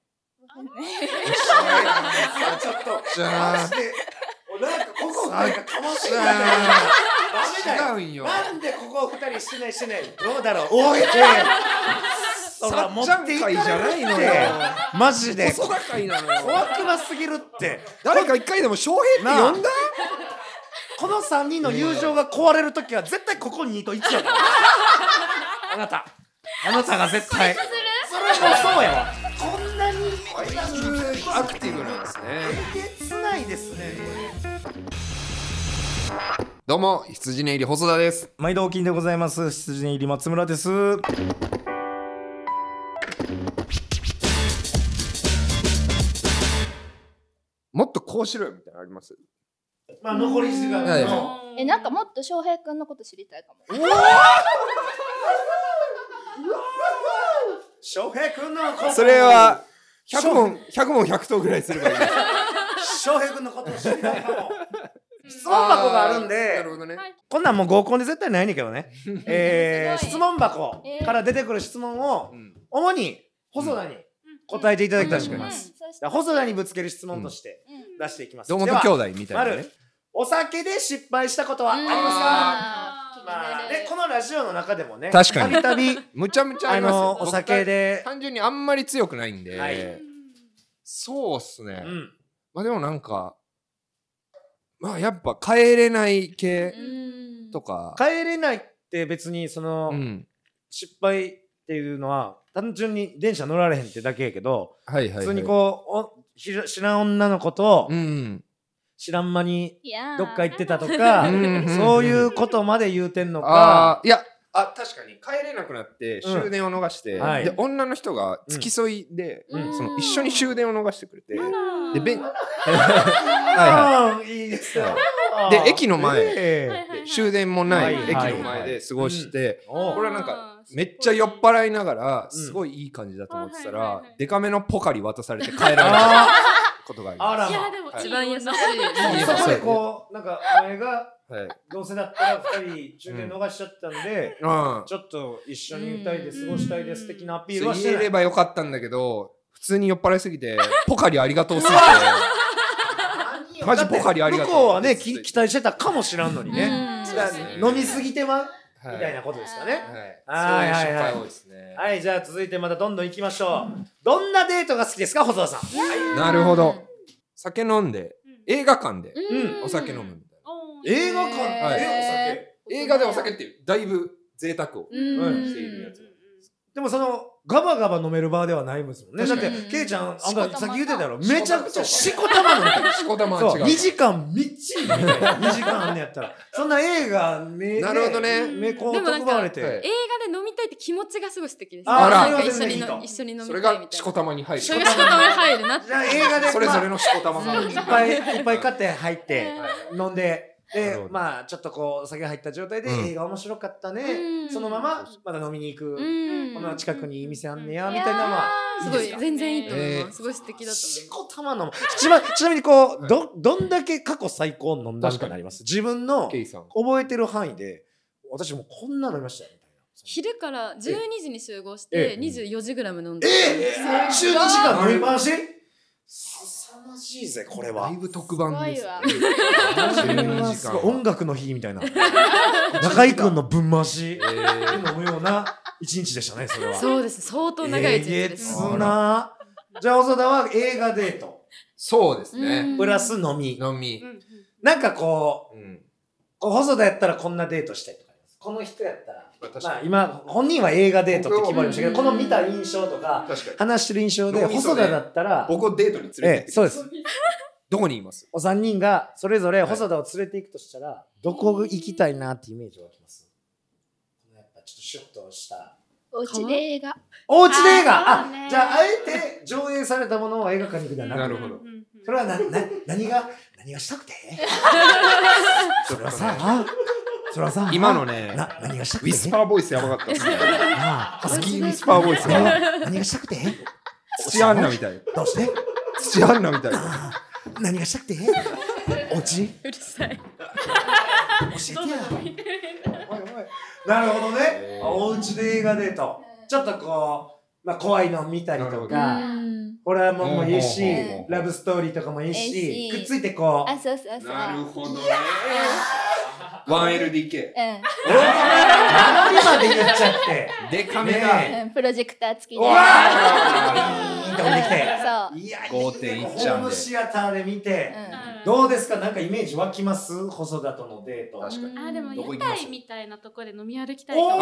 S1: ちょっと
S3: じゃあ
S1: なんかここなんかかもしれ
S3: 違うんよ
S1: なんでここ二人してないしてないどうだろうおいてそら
S3: さ
S1: 持
S3: っ
S1: っ
S3: ちゃん
S1: てい
S3: 会じゃないのよ
S1: マジで
S3: 細田会なの
S1: 怖
S3: よ
S1: くなすぎるって
S3: 誰か一回でも翔平って呼んだ
S1: この3人の友情が壊れる時は絶対ここ2と1やから
S3: <laughs>
S1: あなたあなたが絶対それもそうやわこんなに
S3: アクティブなんですね
S1: えげつないですねこれ
S3: どうも羊ねいり細田です
S1: 毎度お金でございます羊入り松村です
S3: もっとこうしろよみたいなのあります
S1: まあ残り時間
S3: はい
S1: の
S5: えなんかもっと翔平くんのこと知りたいかも
S1: 翔平くんのこと
S3: それは100
S1: 100
S3: 問100問100答ぐらいすればいいで
S1: <laughs>
S3: す
S1: 翔平くんのことを知りたいかも質問箱があるん
S3: あーな
S1: で
S3: るほどね、
S4: はい
S1: こんなんもう合コンで絶対ないねんけどねえー
S5: すごい
S1: 質問箱から出てくる質問を
S3: うん
S1: 主に細田に答えていただきたいと思います、
S5: そ
S1: だ
S5: し
S1: から細田にぶつける質問として
S5: うん
S1: 出していきます、
S3: 堂本
S1: では
S3: 兄弟みたいなね
S1: 丸お酒で失敗したことはありますか
S5: あー
S1: まあね、このラジオの中でもね
S3: 確かに
S1: たびたび
S3: むちゃむ <laughs> ちゃあ
S1: あ
S3: りますよ
S1: のお酒で
S3: 僕単純にあんまり強くないんで、
S1: はい
S3: そうっすね、
S1: うん
S3: まあでもなんかまあやっぱ帰れない系
S7: うん
S3: とか、
S1: 帰れないって別にその、
S3: うん、
S1: 失敗っていうのは単純に電車乗られへんってだけやけど、
S3: はいはい、はい、
S1: 普通にこうお知ら知らん女の子と
S3: うん、
S1: 知らん間に
S5: いやー
S1: どっか行ってたとか、
S3: うん
S1: そういうことまで言うてんの
S3: あ
S1: か、
S3: ーいやあ確かに帰れなくなって
S1: うん
S3: 終電を逃して、
S1: はい
S3: で女の人が付き添いで、
S1: うん
S3: その一緒に終電を逃してくれて、でべんはいは
S1: あーいいですよ。
S3: で駅の前
S1: え
S3: いで終電もない
S1: はい
S3: 駅
S1: はい
S3: の前で過ごして、
S1: えお
S3: これはなんかめっちゃ酔っ払いながらすごいいい感じだと思ってた
S4: うんあはい
S3: ら
S4: はいはい
S3: デカめのポカリ渡されて帰られた
S1: あ
S3: ことがあり
S1: ーあ
S3: ま
S1: ら
S4: いやで
S1: ま
S4: も
S7: 一番優しい
S3: いい
S1: そこでこうなんかお前が
S3: す。はい
S1: どうせだったら二人中年逃しちゃったんで、
S3: うん
S1: ちょっと一緒に二人で過ごしたいです的なアピールはし
S3: 言
S1: て
S3: え
S1: ない
S3: ればよかったんだけど普通に酔っ払いすぎ
S1: <laughs>
S3: てポカリありがとうすぎてマジポカリありがとう
S1: 向こうはねき期待してたかもしらんのにね、
S7: うん
S1: だから飲みすぎてま
S3: は
S1: みたいなことですかね
S3: は
S1: はいい
S3: そういう失
S1: はい
S3: 敗
S1: はい
S3: 多いですね
S1: はいじゃあ続いてまたどんどん行きましょうどんなデートが好きですか細田さん
S3: なるほど酒飲んで
S4: うん
S3: 映画館で
S1: うん
S3: お酒飲むみたい
S4: おー
S1: 映画館で
S3: はいな映画でお酒っていうだいぶ贅沢を
S1: うん
S3: しているやつ
S1: でもそのガバガバ飲めるバーではないですもんねだって
S3: 確かに
S1: ケイちゃんあんたさっき言ってたやろ
S3: しこたま
S1: めちゃくちゃしこたま飲んでる
S3: しこ <laughs> たまは
S1: そう
S3: 違う
S1: 2時間みっちりみたいな2時 <laughs> 間あんねやったらそんな映画ね
S3: なるほどね
S1: 目こう
S7: でもなん
S1: 特
S7: か
S1: 番われて、
S3: はい
S7: 映画で飲みたいって気持ちがすごい素敵です。
S1: あ
S3: あら
S7: なんか一緒に
S1: それは全然いい
S7: の
S1: と
S7: 一緒に飲みたい
S3: それ
S7: みたい
S3: が
S7: な。
S3: しこたまに入る
S7: それが仕事に入るなって。
S1: じゃあ映画で
S3: それぞれのしこたまがある
S1: いっぱいいっぱい買って入って飲んで。
S3: なる
S1: で
S3: ほど
S1: まあちょっとこうお酒入った状態で
S3: うん
S1: 映画面白かったね、
S7: うん
S1: そのまままだ飲みに行く、
S7: うん
S1: この近くにいい店あんねや
S5: うん
S1: みたいなのは
S7: す
S1: い
S7: ご
S1: です
S7: い
S1: か
S7: 全然いいと思い
S3: え
S7: ま
S3: ー
S7: す。すごい素敵だと
S1: し
S7: 思
S1: こたま飲むちなちなみにこう、
S3: はい
S1: どどんだけ過去最高飲んだみたいなのあります自分の
S3: ケイさん
S1: 覚えてる範囲で私もうこんな飲みましたよみたいない
S7: ます。昼から12時に集合し
S1: え
S7: て24時ぐらいまで飲んで。
S1: えー、週2時間飲みっぱなし凄まじいぜこれ
S3: だ
S1: はい
S3: ぶ特番ですね
S1: 12時間音楽の日みたいな中居君のぶん回し
S3: えー
S1: 飲むような一日でしたねそれは
S7: そうです。相当長い一日です
S1: え
S7: ね。
S1: げつなじゃあ細田は映画デート
S3: そうです
S7: う
S3: ね
S7: ん
S1: プラス飲み
S3: 飲み
S1: なんかこう
S3: うん
S1: こう細田やったらこんなデートしたいとかありますこの人やったら
S3: まあ確
S1: ま
S3: か
S1: あ
S3: に
S1: 今本人は映画デートって決まりましたけどこ
S7: 僕
S1: の
S7: は
S1: 見た印象とか
S3: 確かに
S1: 話してる印象で
S3: 脳みそ
S1: 細
S3: で
S1: 田だったら
S3: 僕をデートに連れて行っ
S1: え
S3: て
S1: えそうです
S3: どこにいます
S1: お三人がそれぞれ細田を連れていくとしたら、どこ行きたいなってイメージ湧きますやっぱちょっとシュッとした
S5: お家で映画
S1: おうちで映画
S4: あー
S1: あ
S4: そうね
S1: じゃああえて上映されたものを映画館に行くではなく
S3: なるほど
S1: それはなな <laughs> 何が何がした
S3: <laughs>
S1: くてそれはさそれはさ
S3: 今のね
S1: な何がしたく
S3: ウ
S1: て
S3: ィスパーボイスやばかったですね。
S1: ああ
S3: スキーウィスパーボイス
S1: それは
S3: が。
S1: 何がしたくて
S3: <laughs> 土アンナみたい。
S1: どうして
S3: 土アンナみたい。
S1: 何がしたくておうち
S7: うるさい。
S1: 教えてや。なるほどね
S3: え。ー
S1: おうちで映画デート。ちょっとこう、まあ、怖いの見たり
S3: なる
S1: と
S3: ほ
S1: か、
S7: うん
S1: ホラーもんもいいし
S3: ほうほうほうほ、う
S1: ラブストーリーとかもいい
S5: い
S1: し
S5: い、し
S1: くっついてこう
S5: あ、そうそうそう
S3: ほどね。1LDK。
S5: う
S1: 何まで言っちゃ <laughs> って、
S3: でか
S1: め
S3: め
S1: だ
S3: だ。
S5: ん、うん、プロジェクター付き
S1: う
S5: で
S1: わーいいとこできて。
S5: そ
S1: いや、
S3: 5.1
S1: ホームシアターで見て、
S5: う、
S1: どうですかなんかイメージ湧きます細田とのデート。
S3: 確かに。
S4: あーでも
S3: どこ行
S4: 屋
S3: きます
S4: 台みたいなとこで飲み歩きたいと思う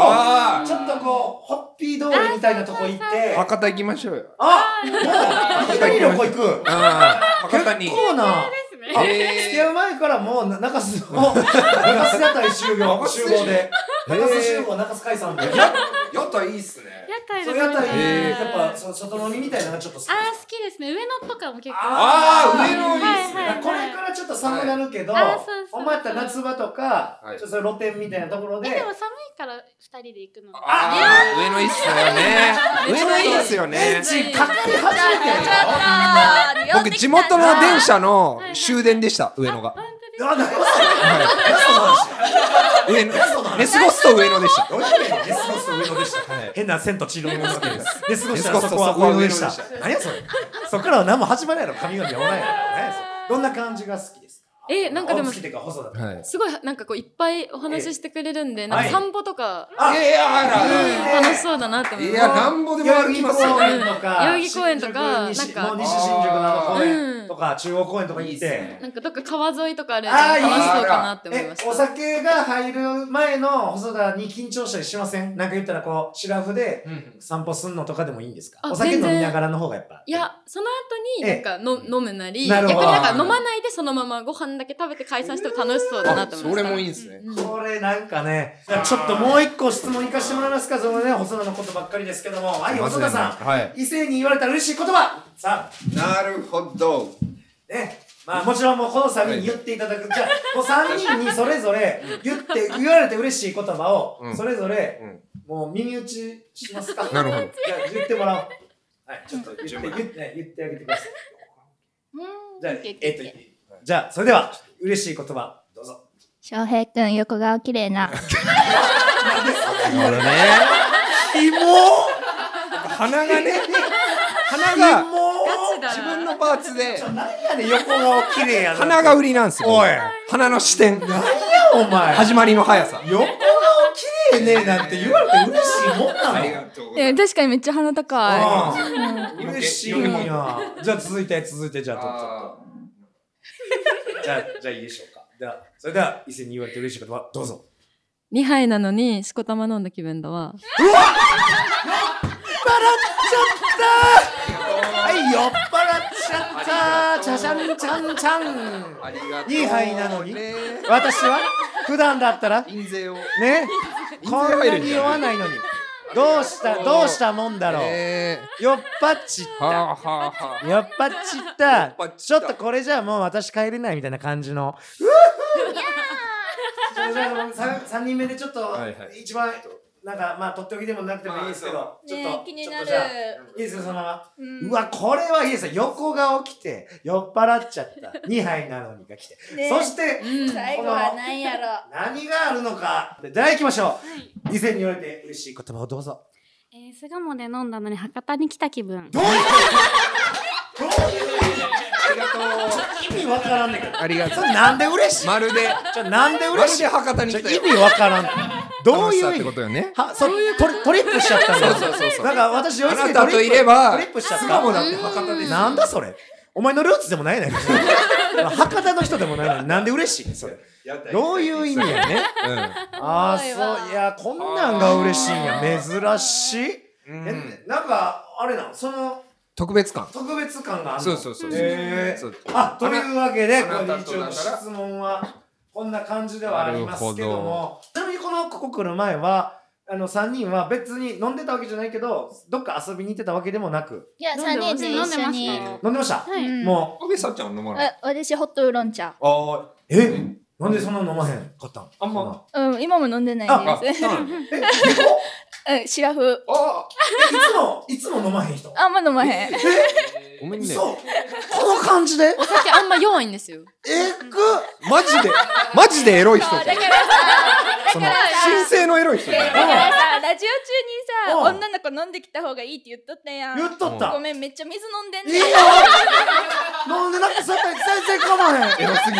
S1: お
S3: あー
S1: おちょっとこう、ホッピー通りみたいなとこ行って、
S3: 博多行きましょうよ。
S1: あもう、博多に旅行行く。
S3: ああ、博多に
S1: 結。構な
S4: ですね
S1: あ付き合う前からもうな中洲
S4: <laughs>
S1: の中洲屋台終業集合で中洲集合中洲解散で
S3: や屋台いいっすね。
S4: 屋台
S1: そ
S4: で
S1: う
S4: 食べた
S1: 屋台で
S4: い
S1: やっぱそ外飲みみたいなのがちょっと好き
S4: あー好きですね上野とかも結構
S1: あ
S3: ー上野いいっすね
S4: はいはいはい
S1: これからちょっと寒くなるけど、
S4: はいあそうそ
S1: お
S4: う
S1: 前やったら夏場とか、
S6: はい
S1: ちょっとそういう露店みたいなところで
S4: えでも寒いから二人で行くのが
S6: あー上のいいっすよね。上のいいっすよ
S1: エン
S6: ね。
S1: ジンかかり始めてるよ
S6: 僕地元の電車の終電でした上野が
S4: 本。当です
S1: あなるほど
S6: 上野ネスゴスと上野でした。
S1: ロイヤルデスコス上野でした、
S6: はい
S1: 変な千と千尋の好きですデスコスは
S6: デス
S1: そ
S6: コス
S1: こは
S6: そこは
S1: 上野でし
S6: 上野
S1: た何やそれそこからは何も始まらないの神々はおらんやろねどんな感じが好きですか
S7: えなんかでも
S1: 好きっていうか細田君
S6: はい。
S7: すごいなんかこういっぱいお話ししてくれるんで、なんか散歩とか、
S1: あ
S6: いやいやあらあら
S1: い
S7: 楽しそうだなって思
S6: い
S7: います。
S6: やなんぼでも歩きますよ。
S1: 代々木公園とか
S7: 代々木
S1: 新宿
S7: 公園とかなんか
S1: もう西新宿のあの公園
S7: うん
S1: とか中央公園とかに行って
S7: なんかどっか川沿いとかあるんで
S1: あー
S7: 楽
S1: いい
S7: しそうかなって思い
S1: え
S7: まし
S1: お
S7: た。
S1: 酒が入る前の細田に緊張したりしませんなんか言ったらこうシラフで散歩すんのとかでもいいんですか
S7: あ
S1: お酒飲み
S7: 全然
S1: ながらの方がやっぱ
S7: いや、その後になんかの飲むなり、
S1: なるほ
S7: 逆に
S1: ど
S7: なんか飲まないでそのままご飯だけ食べて解散しても楽しそうだなと思いました。
S6: いいですね。
S1: これなんかねちょっともう一個質問いかしてもらえますかそのね細田のことばっかりですけどもはい細田さん、
S6: はい
S1: 異性に言われたら嬉しい言葉さあ
S3: なるほど。
S1: ねまあもちろんもうこの3人に言っていただく、じゃあこの3人にそれぞれ言って言われて嬉しい言葉を
S6: うん
S1: それぞれ
S6: うん
S1: もう耳打ちしますか
S6: なるほど
S1: じゃあ言ってもらおうはいちょっと言って言ってね言ってあげてくださいじゃあえっとじゃあそれでは嬉しい言葉どうぞ
S5: 翔平くん横顔綺麗な。
S6: なるほどね。
S1: キモ
S6: 鼻がね、鼻
S1: ーキ
S6: が
S1: モー
S6: 自分のパーツで
S1: なんやねん横顔綺麗やな
S6: 鼻が売りなんですよ。
S1: おい
S6: 鼻の視点。
S1: お前
S6: 始まりの速さ。
S1: 横顔綺麗ねなんて言われて嬉しいもん
S3: あ
S1: な
S3: り
S1: の
S3: がとうござい
S7: え確かにめっちゃ鼻高
S1: うん嬉しいんやじゃあ続いて続いてじゃあ
S3: ま
S1: とっとっとじゃあじゃあいいでしょうかではそれでは伊勢に言われて嬉しい言葉どうぞ
S7: い。2杯なのにしこたま飲んだ気分だわ。
S1: はい酔っ払っちゃったチャチャンチャンチャン
S6: ありがと
S1: 2杯なのに
S6: ね
S1: 私は普段だったらね
S6: 印税を。
S1: こんなに酔わないのにどうしたどうしたもんだろう
S6: え
S1: 酔っ払っちっ
S6: ーはあはあは
S1: やっぱちったちょっとこれじゃもう私帰れないみたいな感じの3人目でちょっと
S6: はいは
S1: 一番なんかまあとっておきでもなくてもいいですけどちょっとちょっとじゃあいいですよそのままうわこれはいいですよ横顔来て酔っ払っちゃった2杯なのにが来てそして
S5: 最
S1: 後は
S5: 何やろ。
S1: 何があるのかでは行きましょ
S4: はい、
S1: う以前に言われて嬉しい言葉をどうぞ
S4: えー、巣鴨で飲んだのに博多に来た気分
S1: どういうどういう意味わからんねんけど
S6: あ。ありがと
S1: そうれ。なんで嬉しい
S6: まるで、
S1: ちょなんで
S6: ま
S1: 嬉
S6: る
S1: しい
S6: で博多に
S1: ちょ
S6: 来た
S1: 意
S6: よ。
S1: 味わからん。どうい
S6: 楽し
S1: う
S6: さっ
S1: 意
S6: て
S1: 味
S6: ことよね。
S1: は、そう、トリトリップしちゃったんだ。
S6: そうそうそうそう
S1: なんか私より
S6: あなたといれば
S1: トリップしちゃった。
S6: かもだって博多ですよ
S1: なんだそれ。お前のルーツでもないねん。博多の人でもないのになんで嬉しいねんそれ。
S3: す。
S1: どういう意味やね。ああ、そう、いや、こんなんが嬉しいんや。珍しい。
S6: うんう
S1: え
S6: ん。
S1: なんか、あれなのその
S6: 特別感。
S1: 特別感があるの
S6: そうそうそうそう
S1: へー
S6: そう
S1: あ、というわけで、こ
S3: あな
S1: れ
S3: た
S1: 一
S3: とだ
S1: 応
S3: から
S1: 質問は、こんな感じではありますけども、ちなみにこの、ここ来る前は、あの、3人は別に飲んでたわけじゃないけど、どっか遊びに行ってたわけでもなく、
S5: いや、3人で一緒に。
S1: 飲んでました、
S4: はい、
S5: うん
S1: も
S6: 安倍さんちゃん飲まい。
S5: あ私、ホットウーロン茶。
S6: あー
S1: う、えなんでそんな飲まへんかったん
S6: あんま
S5: うん、今も飲んでないです。
S1: え、結構
S5: うん、シラフ。
S6: あ
S1: えいつも、いつも飲まへん人
S5: あんま飲ま <laughs> へん。
S6: ーごめんね。
S1: 嘘この感じで
S7: お酒あんま弱いんですよ。
S1: えっく
S6: マジで、マジでエロい人じゃん。その、
S5: ら
S6: 神聖のエロい人じ
S5: だ
S6: ゃん。
S5: からさ、ラジオ中にさ、
S1: うん
S5: 女の子飲んできた方がいいって言っとったやん。
S1: 言っとった
S5: ごめん、めっちゃ水飲んでん
S1: いい
S5: ね
S1: よ
S5: ん。
S1: 飲んでなくてさっき全然かまへん
S6: エロすぎる。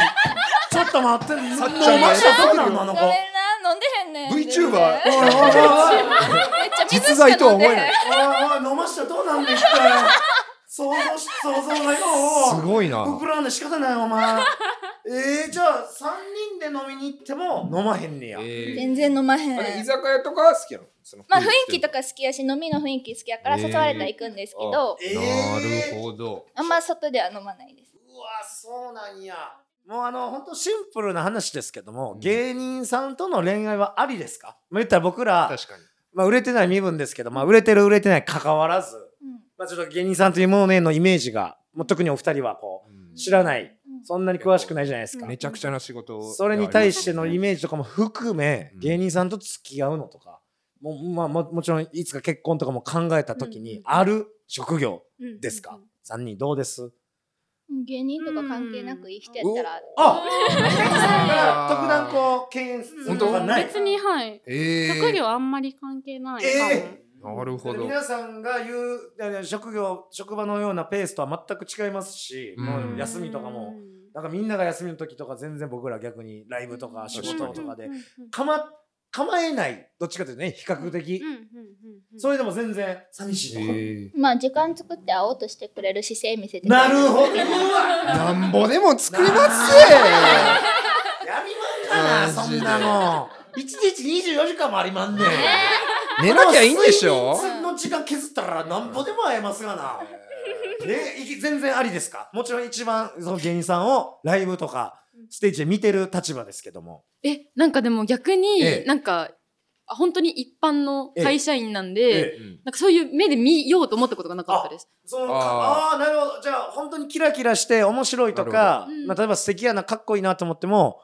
S1: ちょっと待って、飲ま
S6: っちゃんが
S1: したそうなのあの
S5: ご
S1: 子
S5: めんな、飲んでへんねん。
S6: VTuber
S5: めっ
S1: おいおいおいおい
S5: ちゃ水しか飲んでへん。
S1: おいおい飲ましたらどうなんですか想像し想像がよ
S6: すごいな。
S1: 膨らんで仕方ないお前えー、じゃあ3人で飲みに行っても飲まへんねや、
S5: <laughs> 全然飲まへん。
S6: あれ居酒屋とかは好きなのその
S5: まあ、雰囲気とか好きやし、飲みの雰囲気好きやから誘われたら行くんですけど、
S1: えー
S6: なるほど。
S5: あんま外では飲まないです。
S1: うわそうなんやもうあの、本当シンプルな話ですけども、芸人さんとの恋愛はありですかまあ言ったら僕ら、
S3: 確かに。
S1: まあ売れてない身分ですけど、まあ売れてる売れてない関わらず、
S5: うん
S1: まあちょっと芸人さんというものへのイメージが、もう特にお二人はこう、知らない、
S5: うん
S1: そんなに詳しくないじゃないですか。
S3: めちゃくちゃな仕事を
S1: それに対してのイメージとかも含め、
S3: うん
S1: 芸人さんと付き合うのとか、もうまあももちろんいつか結婚とかも考えた時
S7: うんう
S1: に
S7: ん
S1: ある職業
S4: うん
S1: ですか、三人どうです
S5: うん芸人とか関係なく生きてたら、
S1: あ
S3: あー
S1: 特段こう敬遠するとかない
S4: 別にはい
S3: えー
S4: 職業あんまり関係ないかも、
S1: え
S3: なるほど。
S1: 皆さんが言うあの職業職場のようなペースとは全く違いますし、
S3: うん
S1: もう休みとかもなんかみんなが休みの時とか全然僕ら逆にライブとか仕事とかで
S4: うんうん
S1: 構構えないどっちかというとね比較的、
S4: うんうんうん
S1: それでも全然寂しいとか、
S3: えー
S5: まあ時間作って会おうとしてくれる姿勢見せてくれ
S1: なる <laughs> ほどうわ
S3: なんぼで
S1: <laughs>
S3: も作りますぜ
S1: やりまんがな
S3: マ
S1: そ
S3: ジ
S1: ん
S3: で
S1: なの一日24時間もありまんねん
S3: 寝なきゃいいんでしょ
S1: 睡眠の時間削ったらなんぼでも会えますがなね、い全然ありですかもちろん一番その芸人さんをライブとかステージで見てる立場ですけども
S7: え、なんかでも逆に、
S3: ええ
S7: なんか、あ本当に一般の会社員なんで、
S1: え
S7: なんかそういう目で見ようと思ったことがなかったです。
S1: そのあ
S3: あ
S1: あーなるほどじゃあ本当にキラキラして面白いと
S3: な
S1: か
S7: ほどうん
S1: まあ、例えば素敵やなかっこいいなと思っても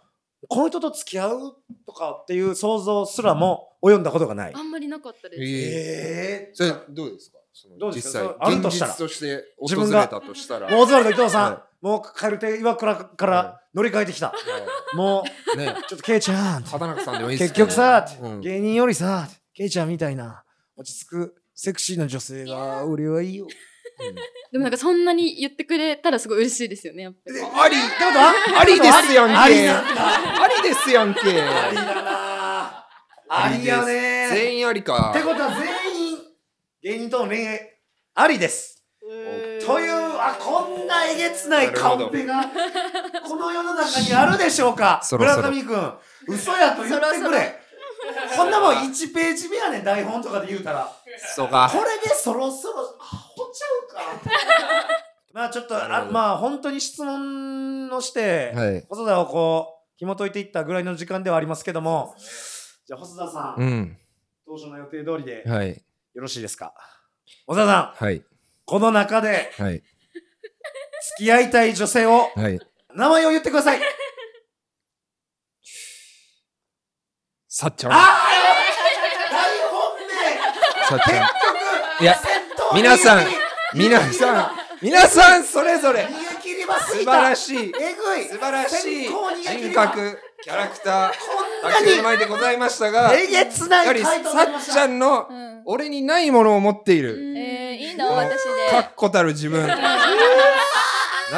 S1: この人と付き合うとかっていう想像すらも及んだことがない
S7: あ。んまりなかったで
S3: え
S7: す。
S3: ー
S1: え
S3: それどうですかその
S1: どうで
S3: 実
S1: すか
S3: 際
S1: それある
S3: 現
S1: としたら
S3: 実として
S1: 自
S3: 訪
S1: 分
S3: れ
S1: が
S3: たとしたら
S1: ー、もうオズワルド伊藤さん、
S3: は
S1: もうカルテ岩倉から乗り換えてきた、もう
S3: いね
S1: ちょっとケイちゃ
S3: <laughs>
S1: ん
S3: 畑中さんでもいいです
S1: 結
S3: か
S1: 局さ、
S3: うん
S1: 芸人よりさケイちゃんみたいな落ち着くセクシーな女性が俺はいいよ
S7: でもなんかそんなに言ってくれたらすごい嬉しいですよね、やっ
S1: あ
S7: ぱり。
S1: りってことは
S3: ありですやんけ
S1: ありなん
S3: ありですやんけ
S1: ありだなありやねっ
S3: 全員ありか
S1: てことは全員芸人との恋愛ありですというあこんなえげつないカンペがこの世の中にあるでしょうか
S3: そろそろ
S1: 村上君嘘やと言ってくれ
S7: そろそろ
S1: こんなもん1ページ目やねん台本とかで言うたら。
S3: そうか
S1: これでそろそろアホちゃ
S3: <laughs>
S1: うかまあちょっと
S3: なる
S1: あ
S3: ほど
S1: まあ本当に質問をして、
S3: はい
S1: 細田をこう紐解いていったぐらいの時間ではありますけども、じゃあ細田さん、
S3: うん
S1: 当初の予定通りで
S3: はい
S1: よろしいですか細田さん
S3: はい
S1: この中で
S3: はい
S1: 付き合いたい女性を
S3: はい
S1: 名前を言ってください
S3: さっちゃん
S1: ああ大本命
S3: さっちゃんいや
S1: や
S3: 皆さん皆さん皆さんそれぞれ
S1: 逃げ切ります
S3: 素
S1: ぎ
S3: 晴
S1: た
S3: ら
S1: し
S3: しい
S1: いえぐい
S3: 素晴らしい
S1: 先行逃げ切
S3: 人
S1: りは
S3: 格キャラクター
S1: こんな
S3: 卓球の
S1: に
S3: 前でございましたが
S1: えげつな
S3: やはいり
S1: 回答になり
S3: さ
S1: ま
S3: っ
S1: し
S3: ちゃ
S1: た
S3: んの俺にないものを持っている
S5: えー、いいな私
S3: か
S5: で
S3: っこたる自分な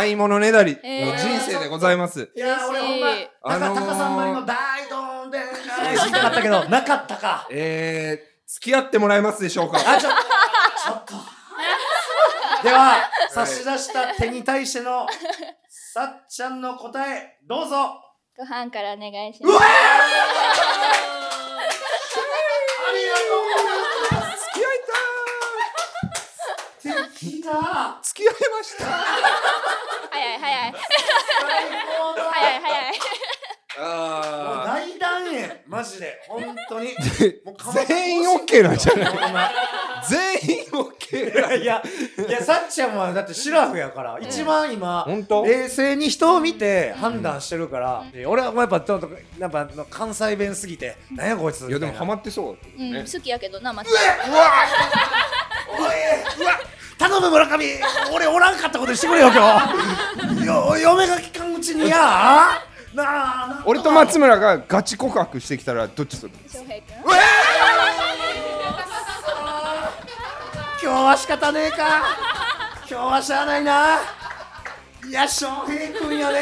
S3: いものねだりの
S7: えー
S3: 人生でございます
S1: いやー俺ほんま
S7: 嬉しい
S1: 高
S3: あのー
S1: 高さんばりの大ドーンで返したかったけどなかったか
S3: えー付き合ってもらえますでしょうか
S1: あちょちょっとでは差し出した手に対してのさっちゃんの答えどうぞ
S5: ご飯からお願いし
S1: う
S5: ま
S1: わー
S5: す
S1: あり
S3: 付き合
S1: がとう敵だ
S3: 付き合いました
S5: 早い早い
S1: 最高だ
S5: 早い早い
S1: もう
S3: あ
S1: 大断言マジで本当にもう
S3: ー全員 OK なんじゃない
S1: ない
S3: 全員 OK
S1: <laughs> いやいや、いや、さっちゃんはだってシラフやから、一番今、
S3: 本当
S1: 冷静に人を見て判断してるから、で俺はもうやっぱ、ちょっと、なんかあの関西弁すぎて、なんやこいつ。
S3: いやでも
S1: みた
S3: ハ
S1: いな
S3: マってそう
S5: うん、
S3: ね
S5: 好きやけどなまた
S1: おいうわ頼む村上、俺おらんかったことにしてくれよ、今日。よ、嫁が聞かんうちにやなあ、なんとか
S3: 俺と松村がガチ告白してきたらどっちする
S5: 翔平君
S1: 今日は仕方ねえか。今日はしゃあないな。いや、翔平君やね。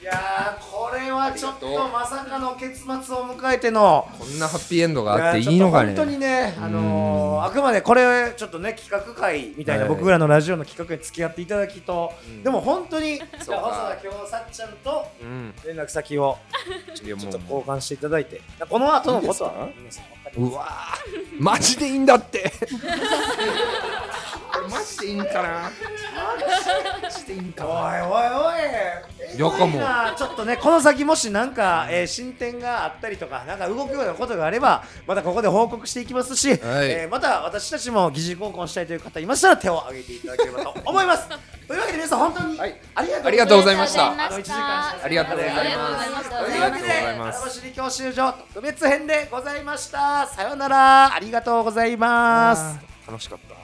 S1: いやー、これはちょっ
S3: ありがと
S1: と
S3: う
S1: まさかの結末を迎えての。
S3: こんなハッピーエンド
S1: い
S3: が
S1: や
S3: あって
S1: ー
S3: いいのか
S1: ちょ
S3: ね
S1: っと本当にね、あのーあくまでこれちょっとね企画会みたいな、
S3: はい
S1: 僕らのラジオの企画に付き合っていただきと、
S3: ん
S1: でも本当に
S3: そうか
S1: 細田今日さっちゃんと
S3: うん
S1: 連絡先を
S3: いや
S1: ちょ
S3: も
S1: っと
S3: う
S1: 交換していただいて、この後のことはい皆さん分かります
S3: うわーマジでいいんだって
S6: <laughs>
S3: これマジでいいんかなマジでいいん
S1: おい
S3: か
S1: おいおいえ
S6: 旅行も
S1: まあちょっとねこの先もしなんか、えー進展があったりとかなんか動くようなことがあればまたここで報告していきますし、えーまた私たちも疑似合コンしたいという方いましたら手を挙げていただければと思います
S6: <laughs>
S1: というわけで皆さん本当にありがとうございました
S6: ありがとうございました
S1: あの一時間。
S6: ありがとうございます
S1: という
S6: ありが
S1: わけで、
S6: とうございます
S1: 楽しみ教習所特別編でございました。さようなら、ありがとうございます。
S6: 楽しかった